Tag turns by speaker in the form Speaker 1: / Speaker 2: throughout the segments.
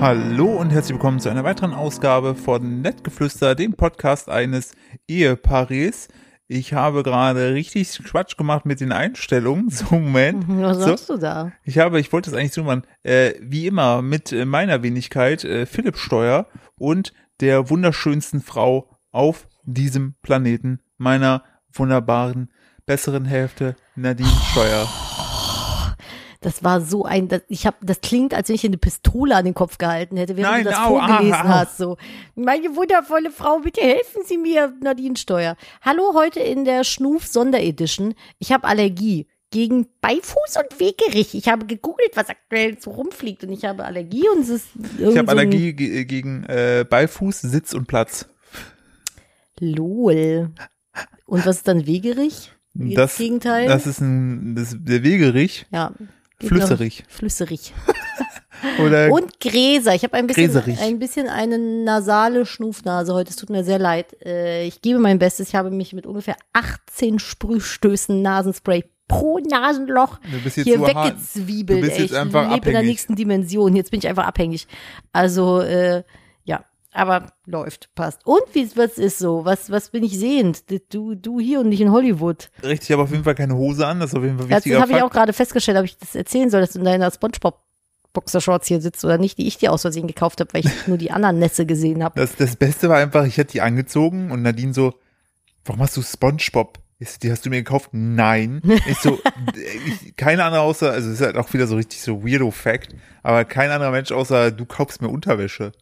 Speaker 1: Hallo und herzlich willkommen zu einer weiteren Ausgabe von Nettgeflüster, dem Podcast eines Ehepaares. Ich habe gerade richtig Quatsch gemacht mit den Einstellungen. So, Moment.
Speaker 2: Mhm, Was
Speaker 1: So,
Speaker 2: sagst du da?
Speaker 1: ich habe, ich wollte es eigentlich so machen, äh, wie immer mit äh, meiner Wenigkeit, äh, Philipp Steuer und der wunderschönsten Frau auf diesem Planeten, meiner wunderbaren, besseren Hälfte, Nadine Steuer.
Speaker 2: Das war so ein, das, ich hab, das klingt, als wenn ich dir eine Pistole an den Kopf gehalten hätte, während
Speaker 1: Nein,
Speaker 2: du das
Speaker 1: au,
Speaker 2: vorgelesen
Speaker 1: au, au.
Speaker 2: hast. So, meine wundervolle Frau, bitte helfen Sie mir, Nadine Steuer. Hallo, heute in der Schnuf Sonderedition. Ich habe Allergie gegen Beifuß und Wegerich. Ich habe gegoogelt, was aktuell so rumfliegt und ich habe Allergie und es ist
Speaker 1: Ich
Speaker 2: irgend
Speaker 1: habe
Speaker 2: so ein-
Speaker 1: Allergie ge gegen äh, Beifuß, Sitz und Platz.
Speaker 2: Lol. Und was ist dann Wegerich? Jetzt
Speaker 1: Das-
Speaker 2: Gegenteil?
Speaker 1: Das ist ein, das, der Wegerich,
Speaker 2: ja.
Speaker 1: flüsserig.
Speaker 2: Flüsserig.
Speaker 1: Oder
Speaker 2: Und Gräser. Ich habe ein bisschen,
Speaker 1: Äh, Gräserig.
Speaker 2: ein bisschen eine nasale Schnufnase heute. Es tut mir sehr leid. Äh, ich gebe mein Bestes. Ich habe mich mit ungefähr 18 Sprühstößen Nasenspray pro Nasenloch
Speaker 1: du bist jetzt
Speaker 2: hier
Speaker 1: so hart.
Speaker 2: weggezwiebelt.
Speaker 1: Du bist
Speaker 2: Ey,
Speaker 1: jetzt
Speaker 2: ich
Speaker 1: einfach
Speaker 2: lebe in der
Speaker 1: abhängig.
Speaker 2: nächsten Dimension. Jetzt bin ich einfach abhängig. Also, äh, ja. Aber läuft, passt. Und wie, was ist so? Was, was bin ich sehend? Du, du hier und nicht in Hollywood.
Speaker 1: Richtig, ich habe auf jeden Fall keine Hose an, das ist auf jeden Fall
Speaker 2: Das,
Speaker 1: wichtiger
Speaker 2: das habe ich auch
Speaker 1: Fakt.
Speaker 2: gerade festgestellt, ob ich das erzählen soll, dass du in deiner Spongebob Boxershorts hier sitzt oder nicht, die ich dir aus Versehen gekauft habe, weil ich nur die anderen Nässe gesehen Äh, habe.
Speaker 1: Das, das Beste war einfach, ich hätte die angezogen und Nadine so, warum hast du Spongebob? Ich so, die hast du mir gekauft? Nein. Ich so, ich, kein anderer außer, also es ist halt auch wieder so richtig so weirdo Fact, aber kein anderer Mensch außer, du kaufst mir Unterwäsche.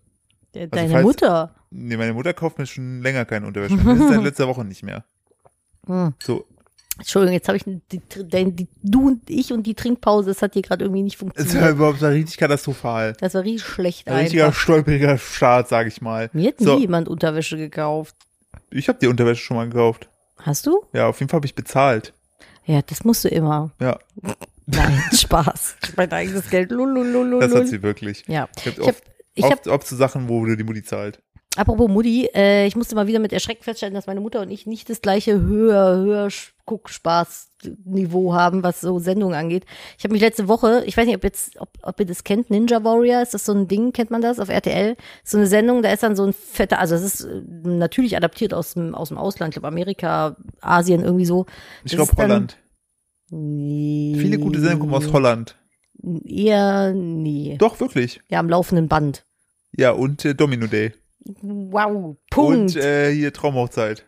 Speaker 2: Deine
Speaker 1: Also falls-
Speaker 2: Mutter.
Speaker 1: Nee, meine Mutter kauft mir schon länger keine Unterwäsche. mehr. Das ist seit letzter Woche nicht mehr.
Speaker 2: Hm.
Speaker 1: So,
Speaker 2: Entschuldigung, jetzt habe ich die, dein, die, du und ich und die Trinkpause, das hat hier gerade irgendwie nicht
Speaker 1: es war
Speaker 2: funktioniert.
Speaker 1: überhaupt war richtig katastrophal.
Speaker 2: Das war richtig schlecht
Speaker 1: Ein richtiger
Speaker 2: einfach.
Speaker 1: stolperiger Start, sag ich mal.
Speaker 2: Mir hat
Speaker 1: So.
Speaker 2: nie jemand Unterwäsche gekauft.
Speaker 1: Ich habe die Unterwäsche schon mal gekauft.
Speaker 2: Hast du?
Speaker 1: Ja, auf jeden Fall habe ich bezahlt.
Speaker 2: Ja, das musst du immer.
Speaker 1: Ja,
Speaker 2: Nein, Spaß. Ich hab mein eigenes Geld. Lululululul.
Speaker 1: das hat sie wirklich.
Speaker 2: Ja.
Speaker 1: Ich habe
Speaker 2: Ich habe
Speaker 1: oft,
Speaker 2: ich hab
Speaker 1: oft, oft zu Sachen, wo du die Mutti zahlt.
Speaker 2: Apropos Mutti, äh, ich musste mal wieder mit Erschrecken feststellen, dass meine Mutter und ich nicht das gleiche höher, höher Sch- Guckspaßniveau haben, was so Sendungen angeht. Ich habe mich letzte Woche, ich weiß nicht, ob jetzt, ob, ob ihr das kennt, Ninja Warrior, ist das so ein Ding, kennt man das auf RTL? So eine Sendung, da ist dann so ein fetter, also es ist äh, natürlich adaptiert aus dem, aus dem Ausland, ich glaube Amerika, Asien irgendwie so.
Speaker 1: Ich
Speaker 2: Das
Speaker 1: glaube
Speaker 2: ist dann-
Speaker 1: Holland.
Speaker 2: Nee.
Speaker 1: Viele gute Sendungen kommen aus Holland.
Speaker 2: Holland. Eher nee.
Speaker 1: Doch, wirklich.
Speaker 2: Ja, am laufenden Band.
Speaker 1: Ja, und äh, Domino Day.
Speaker 2: Wow, Punkt.
Speaker 1: Und äh, hier Traumhochzeit.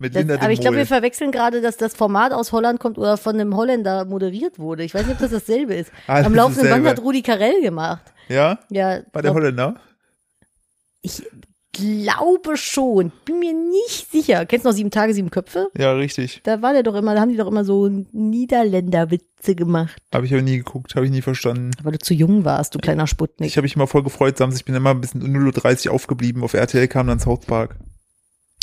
Speaker 1: Mit
Speaker 2: Das,
Speaker 1: Linda de
Speaker 2: aber ich glaube, wir
Speaker 1: Mol.
Speaker 2: verwechseln gerade, dass das Format aus Holland kommt oder von einem Holländer moderiert wurde. Ich weiß nicht, ob das dasselbe ist.
Speaker 1: Ah, das
Speaker 2: Am
Speaker 1: ist
Speaker 2: laufenden Band
Speaker 1: dasselbe.
Speaker 2: hat Rudi Carell gemacht.
Speaker 1: Ja,
Speaker 2: Ja,
Speaker 1: war der
Speaker 2: glaub,
Speaker 1: Holländer?
Speaker 2: ich glaube schon. Bin mir nicht sicher. Kennst du noch Sieben Tage, Sieben Köpfe?
Speaker 1: Ja, richtig.
Speaker 2: Da war der doch immer, da haben die doch immer so Niederländerwitze gemacht.
Speaker 1: Habe ich aber nie geguckt, habe ich nie verstanden.
Speaker 2: Weil du zu jung warst, du kleiner Sputnik.
Speaker 1: Ich habe mich immer voll gefreut, Sams. Ich bin immer ein bisschen 0.30 Uhr aufgeblieben. Auf RTL kam dann South Park.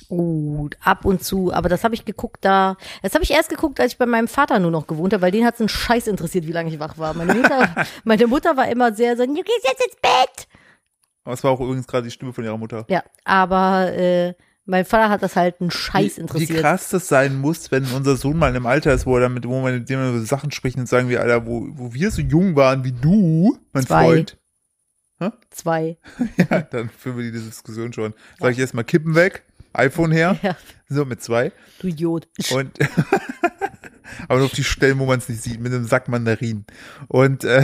Speaker 2: Oh, ab und zu. Aber das habe ich geguckt da. Das habe ich erst geguckt, als ich bei meinem Vater nur noch gewohnt habe, weil den hat's einen Scheiß interessiert, wie lange ich wach war. Meine Mutter, meine Mutter war immer sehr so, du gehst jetzt ins Bett.
Speaker 1: Aber es war auch übrigens gerade die Stimme von ihrer Mutter.
Speaker 2: Ja, aber äh, mein Vater hat das halt einen Scheiß
Speaker 1: wie, Wie
Speaker 2: interessiert.
Speaker 1: krass das sein muss, wenn unser Sohn mal in einem Alter ist, wo er dann mit, wo man mit dem wir so Sachen spricht und sagen wir, Alter, wo, wo wir so jung waren wie du, mein
Speaker 2: Zwei.
Speaker 1: Freund.
Speaker 2: Zwei.
Speaker 1: Ja, dann führen wir die Diskussion schon. Sag ich erstmal Kippen weg, iPhone her,
Speaker 2: Ja,
Speaker 1: so mit zwei.
Speaker 2: du Idiot.
Speaker 1: Und aber nur auf die Stellen, wo man es nicht sieht, mit einem Sack Mandarinen. Und äh,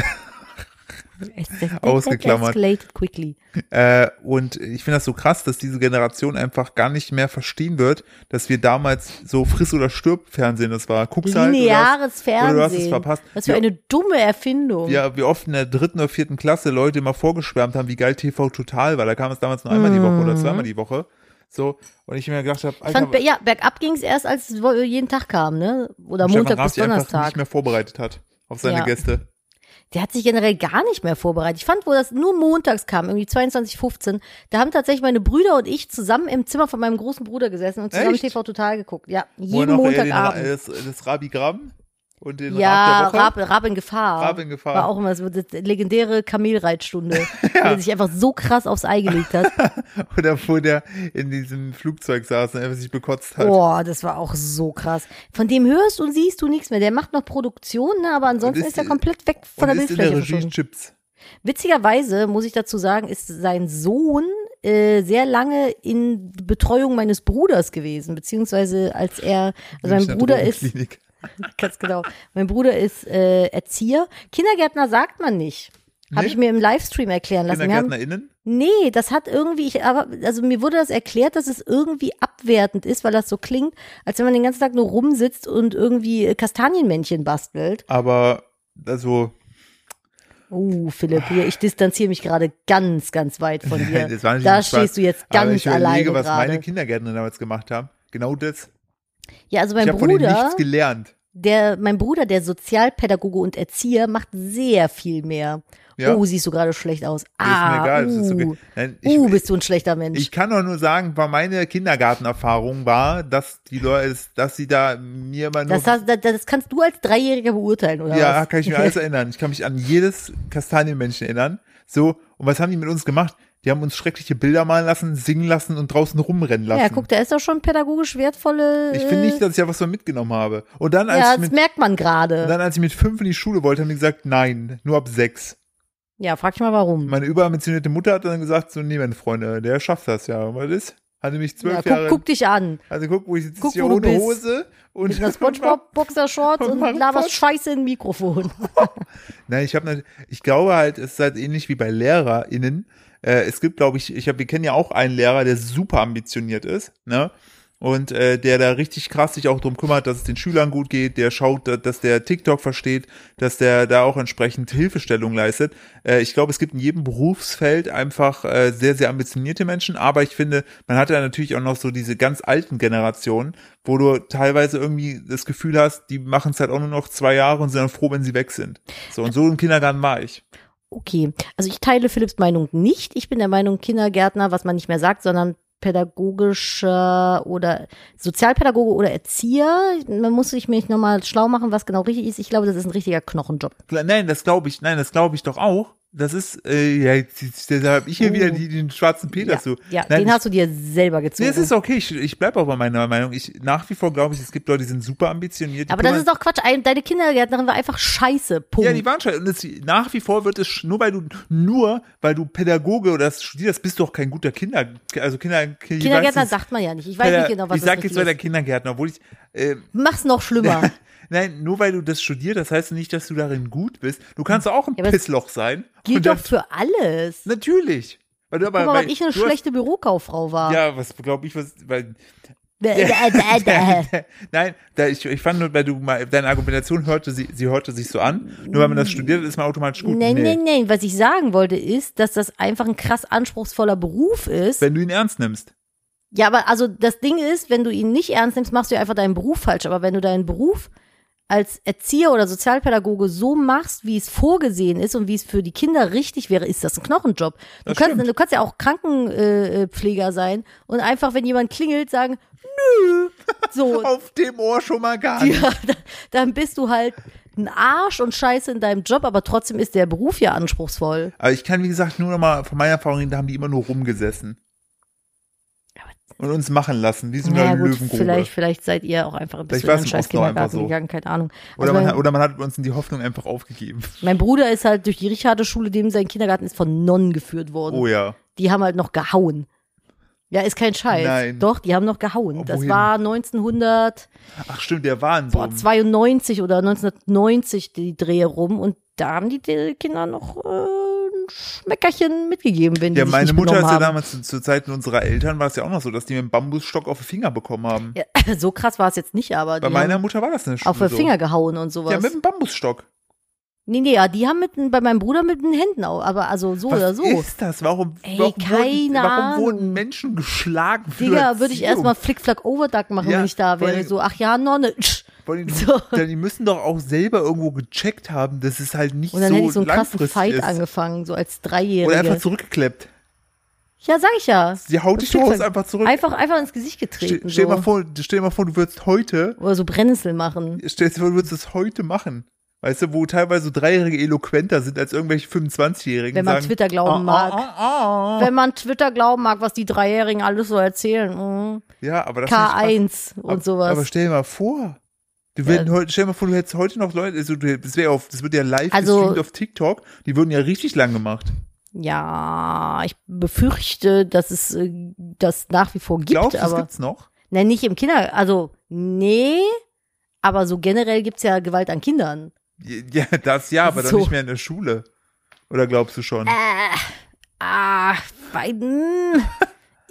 Speaker 1: ausgeklammert.
Speaker 2: Escalated quickly.
Speaker 1: Äh, und ich finde das so krass, dass diese Generation einfach gar nicht mehr verstehen wird, dass wir damals so Friss oder Stirb Fernsehen das war. Guckst halt oder hast-
Speaker 2: Lineares Fernsehen.
Speaker 1: oder du hast es verpasst.
Speaker 2: Was für
Speaker 1: Ja.
Speaker 2: eine dumme Erfindung.
Speaker 1: ja, wie oft in der dritten oder vierten Klasse Leute immer vorgeschwärmt haben, wie geil TV Total war. Da kam es damals nur einmal die Woche oder zweimal die Woche. So, und ich mir gedacht habe,
Speaker 2: Ich
Speaker 1: Alter,
Speaker 2: fand, ja, bergab ging's erst, als es wo- jeden Tag kam, ne? Oder
Speaker 1: Stefan
Speaker 2: Montag
Speaker 1: Raab
Speaker 2: bis
Speaker 1: sich einfach
Speaker 2: Donnerstag.
Speaker 1: nicht mehr vorbereitet hat auf seine
Speaker 2: Ja.
Speaker 1: Gäste.
Speaker 2: Der hat sich generell gar nicht mehr vorbereitet. Ich fand, wo das nur montags kam, irgendwie 22.15, da haben tatsächlich meine Brüder und ich zusammen im Zimmer von meinem großen Bruder gesessen und zusammen
Speaker 1: Echt?
Speaker 2: TV total geguckt. Ja,
Speaker 1: Wo er
Speaker 2: jeden
Speaker 1: noch äh, den, Ra-
Speaker 2: Montagabend.
Speaker 1: das, das Rabi Gramm und den
Speaker 2: Ja,
Speaker 1: Rab der Woche.
Speaker 2: Rab, Rab in Gefahr.
Speaker 1: Rab in Gefahr.
Speaker 2: War auch immer so die legendäre Kamelreitstunde, wo er sich einfach so krass aufs Ei gelegt hat.
Speaker 1: Oder wo der in diesem Flugzeug saß und einfach sich bekotzt hat.
Speaker 2: Boah, das war auch so krass. Von dem hörst und siehst du nichts mehr. Der macht noch Produktion, ne? aber ansonsten
Speaker 1: ist-
Speaker 2: ist, er komplett weg von
Speaker 1: und
Speaker 2: der
Speaker 1: ist in der
Speaker 2: Bildfläche
Speaker 1: Regie
Speaker 2: verschwunden.
Speaker 1: Chips.
Speaker 2: Witzigerweise muss ich dazu sagen, ist sein Sohn äh, sehr lange in Betreuung meines Bruders gewesen, beziehungsweise als er, also mein
Speaker 1: Münchner
Speaker 2: Bruder ist,
Speaker 1: Drogenklinik.
Speaker 2: ganz genau, mein Bruder ist äh, Erzieher. Kindergärtner sagt man nicht. Habe
Speaker 1: Nee?
Speaker 2: ich mir im Livestream erklären lassen. Wir haben
Speaker 1: KindergärtnerInnen?
Speaker 2: Nee, das hat irgendwie, ich, aber, also mir wurde das erklärt, dass es irgendwie abwertend ist, weil das so klingt, als wenn man den ganzen Tag nur rumsitzt und irgendwie äh, Kastanienmännchen bastelt.
Speaker 1: Aber, also,
Speaker 2: Uh, Philipp, hier, ich distanziere mich gerade ganz, ganz weit von dir.
Speaker 1: das war natürlich
Speaker 2: da
Speaker 1: ein Spaß.
Speaker 2: stehst du jetzt
Speaker 1: aber
Speaker 2: ganz
Speaker 1: ich überlege,
Speaker 2: alleine
Speaker 1: was meine
Speaker 2: gerade.
Speaker 1: Kindergärtner damals gemacht haben. Genau das.
Speaker 2: Ja, also
Speaker 1: ich
Speaker 2: mein
Speaker 1: habe von denen
Speaker 2: Bruder,
Speaker 1: nichts gelernt.
Speaker 2: der, mein Bruder, der Sozialpädagoge und Erzieher, macht sehr viel mehr.
Speaker 1: Ja.
Speaker 2: Oh, siehst du gerade schlecht aus.
Speaker 1: ist mir
Speaker 2: Ah,
Speaker 1: egal. das ist
Speaker 2: uh,
Speaker 1: okay. Nein, ich,
Speaker 2: uh, bist du ein schlechter Mensch.
Speaker 1: Ich kann doch nur sagen, weil meine Kindergartenerfahrung war, dass die Leute, dass sie da mir immer nur.
Speaker 2: das, hast- das, das kannst du als Dreijähriger beurteilen, oder
Speaker 1: ja,
Speaker 2: was?
Speaker 1: kann ich mir alles erinnern. Ich kann mich an jedes Kastanienmenschen erinnern. So, und was haben die mit uns gemacht? Die haben uns schreckliche Bilder malen lassen, singen lassen und draußen rumrennen lassen.
Speaker 2: Ja, guck, da ist doch schon pädagogisch wertvolle.
Speaker 1: ich finde
Speaker 2: äh,
Speaker 1: nicht, dass ich da was von mitgenommen habe. Und dann, als
Speaker 2: Ja,
Speaker 1: ich
Speaker 2: das
Speaker 1: mit,
Speaker 2: merkt man
Speaker 1: und
Speaker 2: gerade.
Speaker 1: dann, als ich mit fünf in die Schule wollte, haben die gesagt, nein, nur ab sechs.
Speaker 2: Ja, frag ich mal warum.
Speaker 1: Meine überambitionierte Mutter hat dann gesagt, so, nee, meine Freunde, der schafft das ja. Und Was ist? Hatte mich zwölf
Speaker 2: Ja,
Speaker 1: Jahre.
Speaker 2: guck, guck dich an.
Speaker 1: also guck, wo ich sitze
Speaker 2: guck,
Speaker 1: hier
Speaker 2: wo du
Speaker 1: ohne
Speaker 2: bist.
Speaker 1: Hose und
Speaker 2: Mit einer Spongebob-Boxershorts
Speaker 1: Und
Speaker 2: und
Speaker 1: mach
Speaker 2: laberst
Speaker 1: Quatsch.
Speaker 2: Scheiße in ein Mikrofon.
Speaker 1: Nein, ich habe ich glaube halt, es ist halt ähnlich wie bei LehrerInnen. Äh, es gibt, glaube ich, ich hab, wir kennen ja auch einen Lehrer, der super ambitioniert ist, ne? Und äh, der da richtig krass sich auch drum kümmert, dass es den Schülern gut geht, der schaut, da- dass der TikTok versteht, dass der da auch entsprechend Hilfestellung leistet. Äh, ich glaube, es gibt in jedem Berufsfeld einfach äh, sehr, sehr ambitionierte Menschen, aber ich finde, man hat ja natürlich auch noch so diese ganz alten Generationen, wo du teilweise irgendwie das Gefühl hast, die machen es halt auch nur noch zwei Jahre und sind dann froh, wenn sie weg sind. So, und so im Kindergarten war ich.
Speaker 2: Okay, also ich teile Philipps Meinung nicht. Ich bin der Meinung, Kindergärtner, was man nicht mehr sagt, sondern pädagogischer oder Sozialpädagoge oder Erzieher. Man muss sich mich nochmal schlau machen, was genau richtig ist. Ich glaube, das ist ein richtiger Knochenjob.
Speaker 1: Nein, das glaube ich, nein, das glaube ich doch auch. Das ist, äh, ja, jetzt, jetzt, jetzt habe ich hier
Speaker 2: Oh.
Speaker 1: wieder die, den schwarzen Peter
Speaker 2: ja,
Speaker 1: zu.
Speaker 2: ja
Speaker 1: nein,
Speaker 2: den
Speaker 1: ich,
Speaker 2: hast du dir selber
Speaker 1: Nee,
Speaker 2: gezogen.
Speaker 1: es ist okay, ich, ich bleibe auch bei meiner Meinung. Ich, nach wie vor glaube ich, es gibt Leute, die sind super ambitioniert. Die
Speaker 2: Aber das
Speaker 1: kümmern-
Speaker 2: ist doch Quatsch. Ein- Deine Kindergärtnerin war einfach scheiße. Punkt.
Speaker 1: Ja, die waren schon. Und es, nach wie vor wird es sch- nur weil du nur weil du Pädagoge oder das studierst, bist du auch kein guter Kinder, also Kinder.
Speaker 2: Kindergärtner sagt man ja nicht. Ich weiß nicht genau, was
Speaker 1: Ich sag
Speaker 2: das
Speaker 1: jetzt
Speaker 2: jetzt
Speaker 1: bei der
Speaker 2: ist.
Speaker 1: Kindergärtner, obwohl ich äh,
Speaker 2: Mach's noch schlimmer.
Speaker 1: Nein, nur weil du das studierst, das heißt nicht, dass du darin gut bist. Du kannst auch ein
Speaker 2: Ja, aber es
Speaker 1: Pissloch sein.
Speaker 2: Gilt
Speaker 1: Und dann-
Speaker 2: doch für alles.
Speaker 1: Natürlich. Weil du aber,
Speaker 2: Guck mal,
Speaker 1: weil
Speaker 2: was ich eine
Speaker 1: du hast-
Speaker 2: schlechte Bürokauffrau war. Äh,
Speaker 1: Ja, was glaube ich, was. Weil,
Speaker 2: Bäh, bäh, bäh, bäh.
Speaker 1: nein, da ich, ich fand nur, weil du mal, deine Argumentation hörte, sie, sie hörte sich so an. Nur weil man das studiert, ist man automatisch gut.
Speaker 2: Nein, nein, nein. Was ich sagen wollte ist, dass das einfach ein krass anspruchsvoller Beruf ist.
Speaker 1: Wenn du ihn ernst nimmst.
Speaker 2: Ja, aber also das Ding ist, wenn du ihn nicht ernst nimmst, machst du ja einfach deinen Beruf falsch. Aber wenn du deinen Beruf als Erzieher oder Sozialpädagoge so machst, wie es vorgesehen ist und wie es für die Kinder richtig wäre, ist das ein Knochenjob. Du,
Speaker 1: Das
Speaker 2: kannst,
Speaker 1: stimmt.
Speaker 2: du kannst ja auch Krankenpfleger sein und einfach, wenn jemand klingelt, sagen, nö. So,
Speaker 1: Auf dem Ohr schon mal gar nicht.
Speaker 2: ja, da- dann bist du halt ein Arsch und scheiße in deinem Job, aber trotzdem ist der Beruf ja anspruchsvoll.
Speaker 1: Aber ich kann, wie gesagt, nur noch mal von meiner Erfahrung reden, da haben die immer nur rumgesessen. Und uns machen lassen, wie so eine
Speaker 2: Ja, gut,
Speaker 1: Löwengrube.
Speaker 2: vielleicht, vielleicht seid ihr auch einfach ein
Speaker 1: Vielleicht
Speaker 2: bisschen
Speaker 1: war
Speaker 2: in
Speaker 1: es
Speaker 2: den
Speaker 1: im
Speaker 2: scheiß
Speaker 1: Osten auch einfach
Speaker 2: Kindergarten
Speaker 1: so.
Speaker 2: gegangen, keine Ahnung.
Speaker 1: Oder,
Speaker 2: Also
Speaker 1: man
Speaker 2: mein-
Speaker 1: hat, oder man hat uns in die Hoffnung einfach aufgegeben.
Speaker 2: Mein Bruder ist halt durch die Richarde-Schule, dem sein Kindergarten ist von Nonnen geführt worden.
Speaker 1: Oh ja.
Speaker 2: Die haben halt noch gehauen. Ja, ist kein Scheiß.
Speaker 1: Nein.
Speaker 2: Doch, die haben noch gehauen. Das
Speaker 1: Wohin?
Speaker 2: war 1992
Speaker 1: Ach stimmt, der war in so einem-
Speaker 2: oder 1990 die Drehe rum und da haben die, die Kinder noch äh, ein Schmeckerchen mitgegeben, wenn die
Speaker 1: Ja,
Speaker 2: sich
Speaker 1: meine
Speaker 2: nicht
Speaker 1: Mutter ist
Speaker 2: benommen
Speaker 1: ja
Speaker 2: haben.
Speaker 1: damals zu, zu Zeiten unserer Eltern war es ja auch noch so, dass die mir einen Bambusstock auf den Finger bekommen haben.
Speaker 2: Ja, so krass war es jetzt nicht, aber
Speaker 1: Bei
Speaker 2: die
Speaker 1: meiner
Speaker 2: haben
Speaker 1: Mutter war das in der Schule
Speaker 2: auf den
Speaker 1: so.
Speaker 2: Finger gehauen und sowas.
Speaker 1: Ja, mit einem Bambusstock.
Speaker 2: nee, nee, ja, die haben mit, bei meinem Bruder mit den Händen, au- aber also so
Speaker 1: Was
Speaker 2: oder so.
Speaker 1: ist das? Warum,
Speaker 2: Ey,
Speaker 1: warum, wurden,
Speaker 2: keine
Speaker 1: warum wurden
Speaker 2: Ahnung.
Speaker 1: Menschen geschlagen für
Speaker 2: Digga, würde ich
Speaker 1: Erziehung?
Speaker 2: erstmal Flickflack-Overduck machen,
Speaker 1: Ja,
Speaker 2: wenn ich da
Speaker 1: vor
Speaker 2: wäre.
Speaker 1: allem-
Speaker 2: So, ach ja, ne, Nonne.
Speaker 1: Vor allem,
Speaker 2: So.
Speaker 1: dann, die müssen doch auch selber irgendwo gecheckt haben, dass es halt nicht
Speaker 2: Und dann
Speaker 1: so
Speaker 2: hätte ich so einen krassen
Speaker 1: langfristig
Speaker 2: Fight
Speaker 1: ist.
Speaker 2: angefangen, so als
Speaker 1: Oder einfach
Speaker 2: Dreijährige.
Speaker 1: zurückgekleppt.
Speaker 2: Ja, sag ich ja.
Speaker 1: Sie haut dich
Speaker 2: Flickflack-
Speaker 1: raus, einfach zurück.
Speaker 2: Einfach, einfach ins Gesicht
Speaker 1: Stell,
Speaker 2: getreten.
Speaker 1: stell,
Speaker 2: so.
Speaker 1: mal vor, stell dir mal vor, du würdest heute,
Speaker 2: Oder so Brennnessel machen.
Speaker 1: stell dir vor, du würdest das heute machen. Weißt du, wo teilweise so Dreijährige eloquenter sind als irgendwelche 25-Jährigen.
Speaker 2: Wenn man
Speaker 1: sagen,
Speaker 2: Twitter glauben mag.
Speaker 1: Ah, ah, ah.
Speaker 2: Wenn man Twitter glauben mag, was die Dreijährigen alles so erzählen. Mhm.
Speaker 1: Ja, aber das ist nicht
Speaker 2: K1
Speaker 1: aber,
Speaker 2: und sowas.
Speaker 1: Aber stell dir mal vor, du Wir werden heute, stell dir mal vor, du hättest heute noch Leute, also du, das wäre auf, das wird ja live
Speaker 2: Also-
Speaker 1: gestreamt auf TikTok, die würden ja richtig lang gemacht.
Speaker 2: Ja, ich befürchte, dass es äh, das nach wie vor gibt,
Speaker 1: Glaubst du, das
Speaker 2: aber
Speaker 1: gibt's noch?
Speaker 2: nein, Ne, nicht im Kinder, also nee, aber so generell gibt's ja Gewalt an Kindern.
Speaker 1: Ja, das ja, aber
Speaker 2: So.
Speaker 1: dann nicht mehr in der Schule. Oder glaubst du schon?
Speaker 2: Äh, ah, beiden.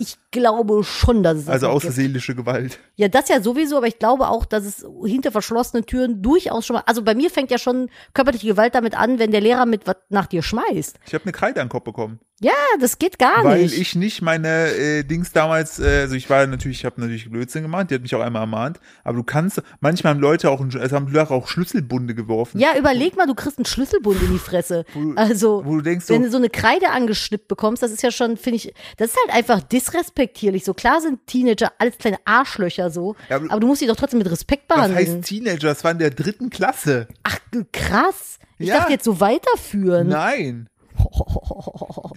Speaker 2: Ich glaube schon, dass es das
Speaker 1: Also
Speaker 2: noch
Speaker 1: außer
Speaker 2: gibt.
Speaker 1: seelische Gewalt.
Speaker 2: Ja, das ja sowieso, aber ich glaube auch, dass es hinter verschlossenen Türen durchaus schon mal. Also bei mir fängt ja schon körperliche Gewalt damit an, wenn der Lehrer mit was nach dir schmeißt.
Speaker 1: Ich habe eine Kreide an den Kopf bekommen,
Speaker 2: Ja, das geht gar
Speaker 1: weil
Speaker 2: nicht.
Speaker 1: ich nicht meine äh, Dings damals, äh, also ich war natürlich, ich habe natürlich Blödsinn gemacht, die hat mich auch einmal ermahnt, aber du kannst, manchmal haben Leute auch, einen- es haben Leute auch Schlüsselbunde geworfen,
Speaker 2: ja, überleg mal, du kriegst einen Schlüsselbund in die Fresse.
Speaker 1: Wo du-
Speaker 2: Also,
Speaker 1: wo du denkst
Speaker 2: wenn
Speaker 1: so,
Speaker 2: du so eine Kreide angeschnippt bekommst, das ist ja schon, finde ich, das ist halt einfach disrespektierlich. So klar sind Teenager alles kleine Arschlöcher so,
Speaker 1: Ja,
Speaker 2: aber,
Speaker 1: aber-
Speaker 2: du musst sie doch trotzdem mit Respekt
Speaker 1: was
Speaker 2: behandeln.
Speaker 1: heißt Teenager, das war in der dritten Klasse.
Speaker 2: Ach, krass. Ich
Speaker 1: Ja.
Speaker 2: dachte jetzt so weiterführen. Oh,
Speaker 1: Nein,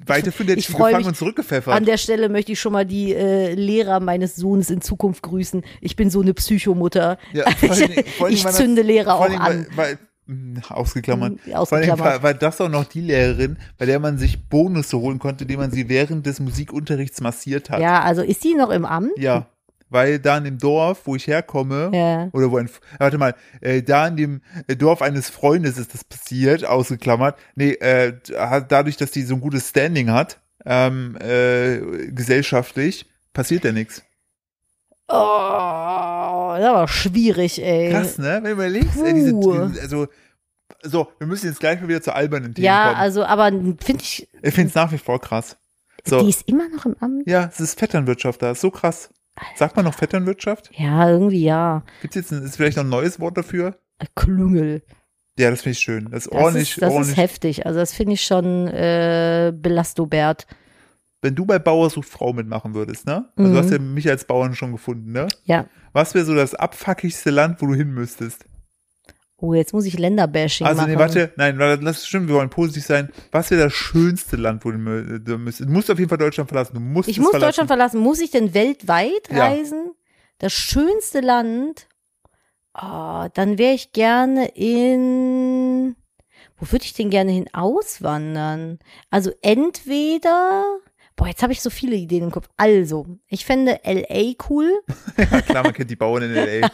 Speaker 1: weiterführen hätte ich
Speaker 2: Ich
Speaker 1: die
Speaker 2: freu
Speaker 1: gefangen
Speaker 2: mich
Speaker 1: und
Speaker 2: An
Speaker 1: zurückgepfeffert.
Speaker 2: der Stelle möchte ich schon mal die äh, Lehrer meines Sohnes in Zukunft grüßen. Ich bin so eine Psychomutter.
Speaker 1: Ja, vor allen Dingen- vor allen
Speaker 2: ich
Speaker 1: Dingen war das-
Speaker 2: zünde Lehrer
Speaker 1: Vor
Speaker 2: auch
Speaker 1: allem,
Speaker 2: an.
Speaker 1: weil, weil, mh, hm, ausgeklammert.
Speaker 2: Mhm, ausgeklammert.
Speaker 1: Vor allem war, war das auch noch die Lehrerin, bei der man sich Bonusse holen konnte, die man sie während des Musikunterrichts massiert hat.
Speaker 2: Ja, also ist sie noch im Amt?
Speaker 1: Ja, weil da in dem Dorf, wo ich herkomme,
Speaker 2: Ja.
Speaker 1: oder wo ein, warte mal, äh, da in dem äh, Dorf eines Freundes ist das passiert, ausgeklammert. Nee, äh, hat- dadurch, dass die so ein gutes Standing hat, ähm, äh, gesellschaftlich, passiert ja nichts.
Speaker 2: Oh, das war schwierig, ey.
Speaker 1: Krass, ne? Wenn du überlegst, äh, diese,
Speaker 2: Äh, Puh.
Speaker 1: diese- also, so, wir müssen jetzt gleich mal wieder zu albernen Themen
Speaker 2: Ja,
Speaker 1: kommen.
Speaker 2: also, aber finde ich,
Speaker 1: ich finde es nach wie vor krass.
Speaker 2: die
Speaker 1: So,
Speaker 2: ist immer noch im Amt.
Speaker 1: ja, es ist Vetternwirtschaft da, ist so krass. Sagt man noch Vetternwirtschaft?
Speaker 2: Ja, irgendwie ja. Äh,
Speaker 1: Gibt's jetzt ein, ist vielleicht noch ein neues Wort dafür?
Speaker 2: Klüngel.
Speaker 1: Ja, das finde ich schön. Das ist
Speaker 2: Das
Speaker 1: ordentlich,
Speaker 2: ist, das
Speaker 1: ordentlich.
Speaker 2: ist heftig. Also, das finde ich schon äh, Belastobert.
Speaker 1: Wenn du bei Bauer sucht Frau mitmachen würdest, ne? Also
Speaker 2: Mhm.
Speaker 1: du hast ja mich als Bauern schon gefunden, ne?
Speaker 2: Ja.
Speaker 1: Was wäre so das abfuckigste Land, wo du hin müsstest?
Speaker 2: Oh, jetzt muss ich Länderbashing
Speaker 1: also,
Speaker 2: machen.
Speaker 1: nee, warte, nein, warte, lass stimmt, wir wollen positiv sein. Was wäre das schönste Land, wo du, mü- du müsstest? Du musst auf jeden Fall Deutschland verlassen. Du musst
Speaker 2: Ich
Speaker 1: es
Speaker 2: muss
Speaker 1: verlassen.
Speaker 2: Deutschland verlassen. Muss ich denn weltweit
Speaker 1: Ja.
Speaker 2: reisen? Das schönste Land? Ah, dann wäre ich gerne in. Wo würde ich denn gerne hin auswandern? Also entweder. Boah, jetzt habe ich so viele Ideen im Kopf. Also, ich fände LA cool.
Speaker 1: Ja, klar, man kennt die Bauern in L.A.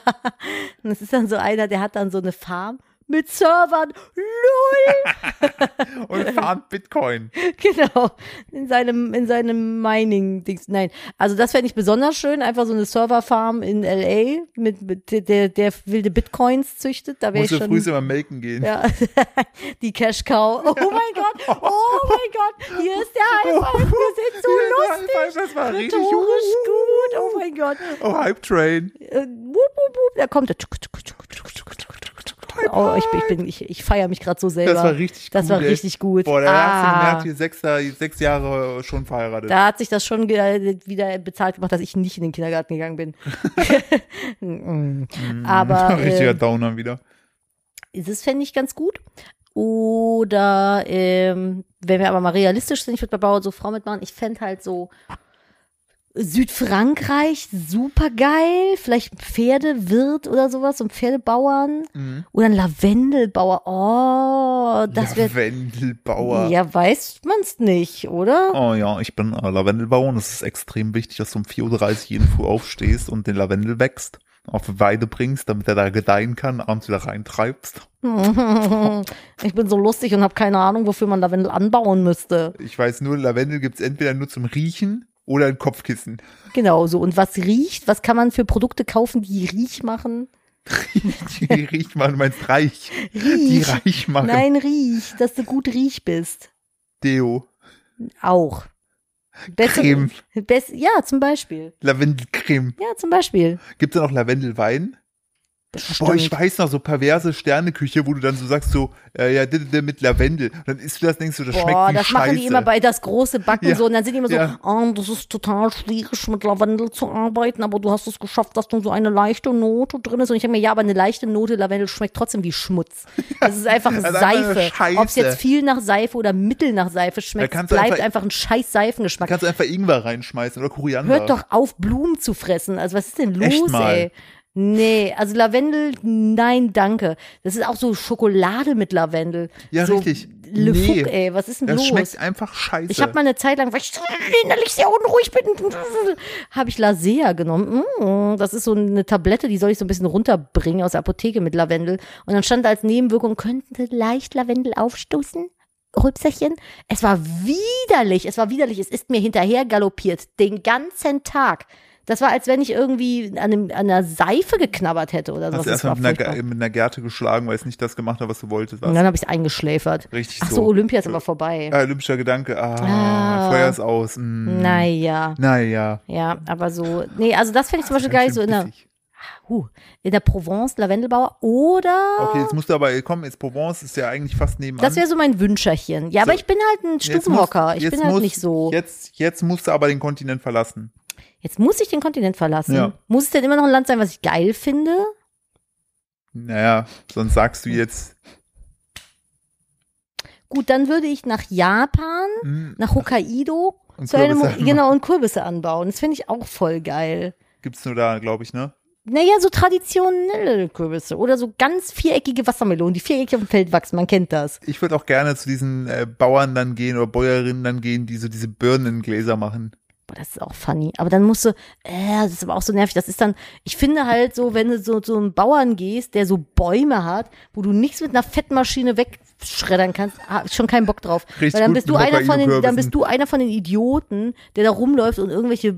Speaker 2: Und es ist dann so einer, der hat dann so eine Farm mit Servern. LOL!
Speaker 1: und farmt Bitcoin.
Speaker 2: Genau. In seinem, in seinem Mining-Dings. Nein. Also das fände ich besonders schön. Einfach so eine Serverfarm in LA mit, mit der- der, der wilde Bitcoins züchtet. Da wäre ich
Speaker 1: Musst du früh
Speaker 2: schon.
Speaker 1: immer melken gehen.
Speaker 2: Ja, die Cash Cow. Oh mein Gott, oh mein Gott, hier ist der High Five, wir sind so
Speaker 1: Ja,
Speaker 2: lustig,
Speaker 1: das war richtig.
Speaker 2: rhetorisch gut, oh mein Gott.
Speaker 1: Oh, Hype Train.
Speaker 2: Äh, wup, wup, wup, da kommt der. tschuk, tschuk, tschuk, tschuk, tschuk, tschuk, tschuk, tschuk. Oh, ich, bin- ich, bin- ich, ich feiere mich gerade so selber.
Speaker 1: Das war richtig
Speaker 2: Das
Speaker 1: gut.
Speaker 2: war
Speaker 1: ey.
Speaker 2: richtig gut.
Speaker 1: Boah, da hast du
Speaker 2: ah.
Speaker 1: gemerkt, hier sechs, Jahre- sechs Jahre schon verheiratet.
Speaker 2: Da hat sich das schon ge- wieder bezahlt gemacht, dass ich nicht in den Kindergarten gegangen bin. Mm. Aber
Speaker 1: Richtiger
Speaker 2: äh,
Speaker 1: Downer wieder.
Speaker 2: das fände ich ganz gut. Oder ähm, wenn wir aber mal realistisch sind, ich würde bei Bauer so Frau mitmachen, ich fände halt so Südfrankreich super geil, vielleicht ein Pferdewirt oder sowas, so ein Pferdebauern
Speaker 1: Mhm.
Speaker 2: oder ein Lavendelbauer. Oh, das wäre.
Speaker 1: Lavendelbauer.
Speaker 2: Ja, weiß man's nicht, oder?
Speaker 1: Oh ja, ich bin äh, Lavendelbauer und es ist extrem wichtig, dass du um 4.30 Uhr jeden Früh aufstehst und den Lavendel wächst, auf die Weide bringst, damit er da gedeihen kann, abends wieder reintreibst.
Speaker 2: Ich bin so lustig und habe keine Ahnung, wofür man Lavendel anbauen müsste.
Speaker 1: Ich weiß nur, Lavendel gibt's entweder nur zum Riechen oder ein Kopfkissen.
Speaker 2: Genau so. Und was riecht? Was kann man für Produkte kaufen, die Riech machen?
Speaker 1: Die riecht man, du meinst reich. Die
Speaker 2: Riech.
Speaker 1: reich machen.
Speaker 2: Nein, riech, dass du gut riech bist.
Speaker 1: Deo,
Speaker 2: Auch. Besser-
Speaker 1: Creme,
Speaker 2: Bess, ja, zum Beispiel.
Speaker 1: Lavendelcreme.
Speaker 2: Ja, zum Beispiel.
Speaker 1: Gibt's da noch Lavendelwein? Boah, ich weiß noch, so perverse Sterneküche, wo du dann so sagst, so, äh, ja, d- d- mit Lavendel. Und dann isst du das, denkst du, das schmeckt
Speaker 2: Boah,
Speaker 1: wie
Speaker 2: das
Speaker 1: Scheiße.
Speaker 2: machen die immer bei das große Backen
Speaker 1: Ja.
Speaker 2: so. Und dann sind die immer
Speaker 1: Ja.
Speaker 2: so, oh, das ist total schwierig, mit Lavendel zu arbeiten, aber du hast es geschafft, dass du so eine leichte Note drin ist. Und ich denke mir, ja, aber eine leichte Note Lavendel schmeckt trotzdem wie Schmutz. Das ist einfach
Speaker 1: einfach nur
Speaker 2: Seife.
Speaker 1: Scheiße.
Speaker 2: Ob es jetzt viel nach Seife oder mittel nach Seife schmeckt,
Speaker 1: Da kannst du
Speaker 2: bleibt einfach,
Speaker 1: einfach-
Speaker 2: ein scheiß
Speaker 1: Da
Speaker 2: Seifengeschmack.
Speaker 1: kannst du einfach Ingwer reinschmeißen oder Koriander.
Speaker 2: Hört doch auf, Blumen zu fressen. Also was ist denn los,
Speaker 1: Echt mal.
Speaker 2: ey? Nee, also Lavendel, nein, danke. Das ist auch so Schokolade mit Lavendel.
Speaker 1: Ja,
Speaker 2: so
Speaker 1: richtig.
Speaker 2: Le
Speaker 1: Nee.
Speaker 2: Fuck, ey, was ist denn
Speaker 1: Das
Speaker 2: los?
Speaker 1: schmeckt einfach scheiße.
Speaker 2: Ich habe mal eine Zeit lang, weil ich so innerlich sehr unruhig bin, habe ich Lasea genommen. Mm, Das ist so eine Tablette, die soll ich so ein bisschen runterbringen aus der Apotheke mit Lavendel. Und dann stand da als Nebenwirkung, könnte leicht Lavendel aufstoßen. Rübserchen. Es war widerlich, es war widerlich. Es ist mir hinterher galoppiert, den ganzen Tag. Das war, als wenn ich irgendwie an, einem, an einer Seife geknabbert hätte oder sowas.
Speaker 1: Hast du
Speaker 2: Das
Speaker 1: erstmal
Speaker 2: war
Speaker 1: mit, einer
Speaker 2: furchtbar.
Speaker 1: Ge- mit einer Gerte geschlagen, weil es nicht das gemacht hat, was du wolltest.
Speaker 2: Und
Speaker 1: Was?
Speaker 2: dann habe ich es eingeschläfert.
Speaker 1: Richtig
Speaker 2: Ach so,
Speaker 1: so.
Speaker 2: Olympia ist aber vorbei.
Speaker 1: Ah, olympischer Gedanke. Ah,
Speaker 2: Ah.
Speaker 1: Feuer ist aus. Mm.
Speaker 2: Naja.
Speaker 1: Naja.
Speaker 2: Ja, aber so, nee, also das fände ich zum Beispiel geil,
Speaker 1: Ganz
Speaker 2: so
Speaker 1: schön
Speaker 2: in der,
Speaker 1: bissig.
Speaker 2: uh, in der Provence, Lavendelbauer oder,
Speaker 1: Okay, jetzt musst du aber kommen. Jetzt Provence ist ja eigentlich fast nebenan.
Speaker 2: das wäre so mein Wünscherchen. Ja, aber
Speaker 1: So.
Speaker 2: ich bin halt ein
Speaker 1: Jetzt musst-
Speaker 2: Stubenhocker, ich
Speaker 1: jetzt
Speaker 2: bin halt
Speaker 1: musst-
Speaker 2: nicht so, jetzt,
Speaker 1: Jetzt, jetzt musst du aber den Kontinent verlassen.
Speaker 2: muss ich den Kontinent verlassen.
Speaker 1: Ja.
Speaker 2: Muss es denn immer noch ein Land sein, was ich geil finde?
Speaker 1: Naja, sonst sagst du jetzt,
Speaker 2: Gut, dann würde ich nach Japan,
Speaker 1: hm,
Speaker 2: nach Hokkaido,
Speaker 1: Und
Speaker 2: zu einem,
Speaker 1: Kürbisse anbauen.
Speaker 2: genau, und Kürbisse anbauen. Das finde ich auch voll geil.
Speaker 1: gibt's nur da, glaube ich, ne?
Speaker 2: Naja, so traditionelle Kürbisse oder so ganz viereckige Wassermelonen, die viereckig auf dem Feld wachsen, man kennt das.
Speaker 1: Ich würde auch gerne zu diesen äh, Bauern dann gehen oder Bäuerinnen dann gehen, die so diese Birnen in Gläser machen.
Speaker 2: Boah, das ist auch funny. Aber dann musst du, äh, das ist aber auch so nervig. Das ist dann, ich finde halt so, wenn du so zu einem Bauern gehst, der so Bäume hat, wo du nichts mit einer Fettmaschine wegschreddern kannst, hab ich schon keinen Bock drauf.
Speaker 1: Richtig
Speaker 2: Weil dann
Speaker 1: gut
Speaker 2: bist du
Speaker 1: mit
Speaker 2: einer von den, dann
Speaker 1: Hokkaido-Kürbissen.
Speaker 2: bist du einer von den Idioten, der da rumläuft und irgendwelche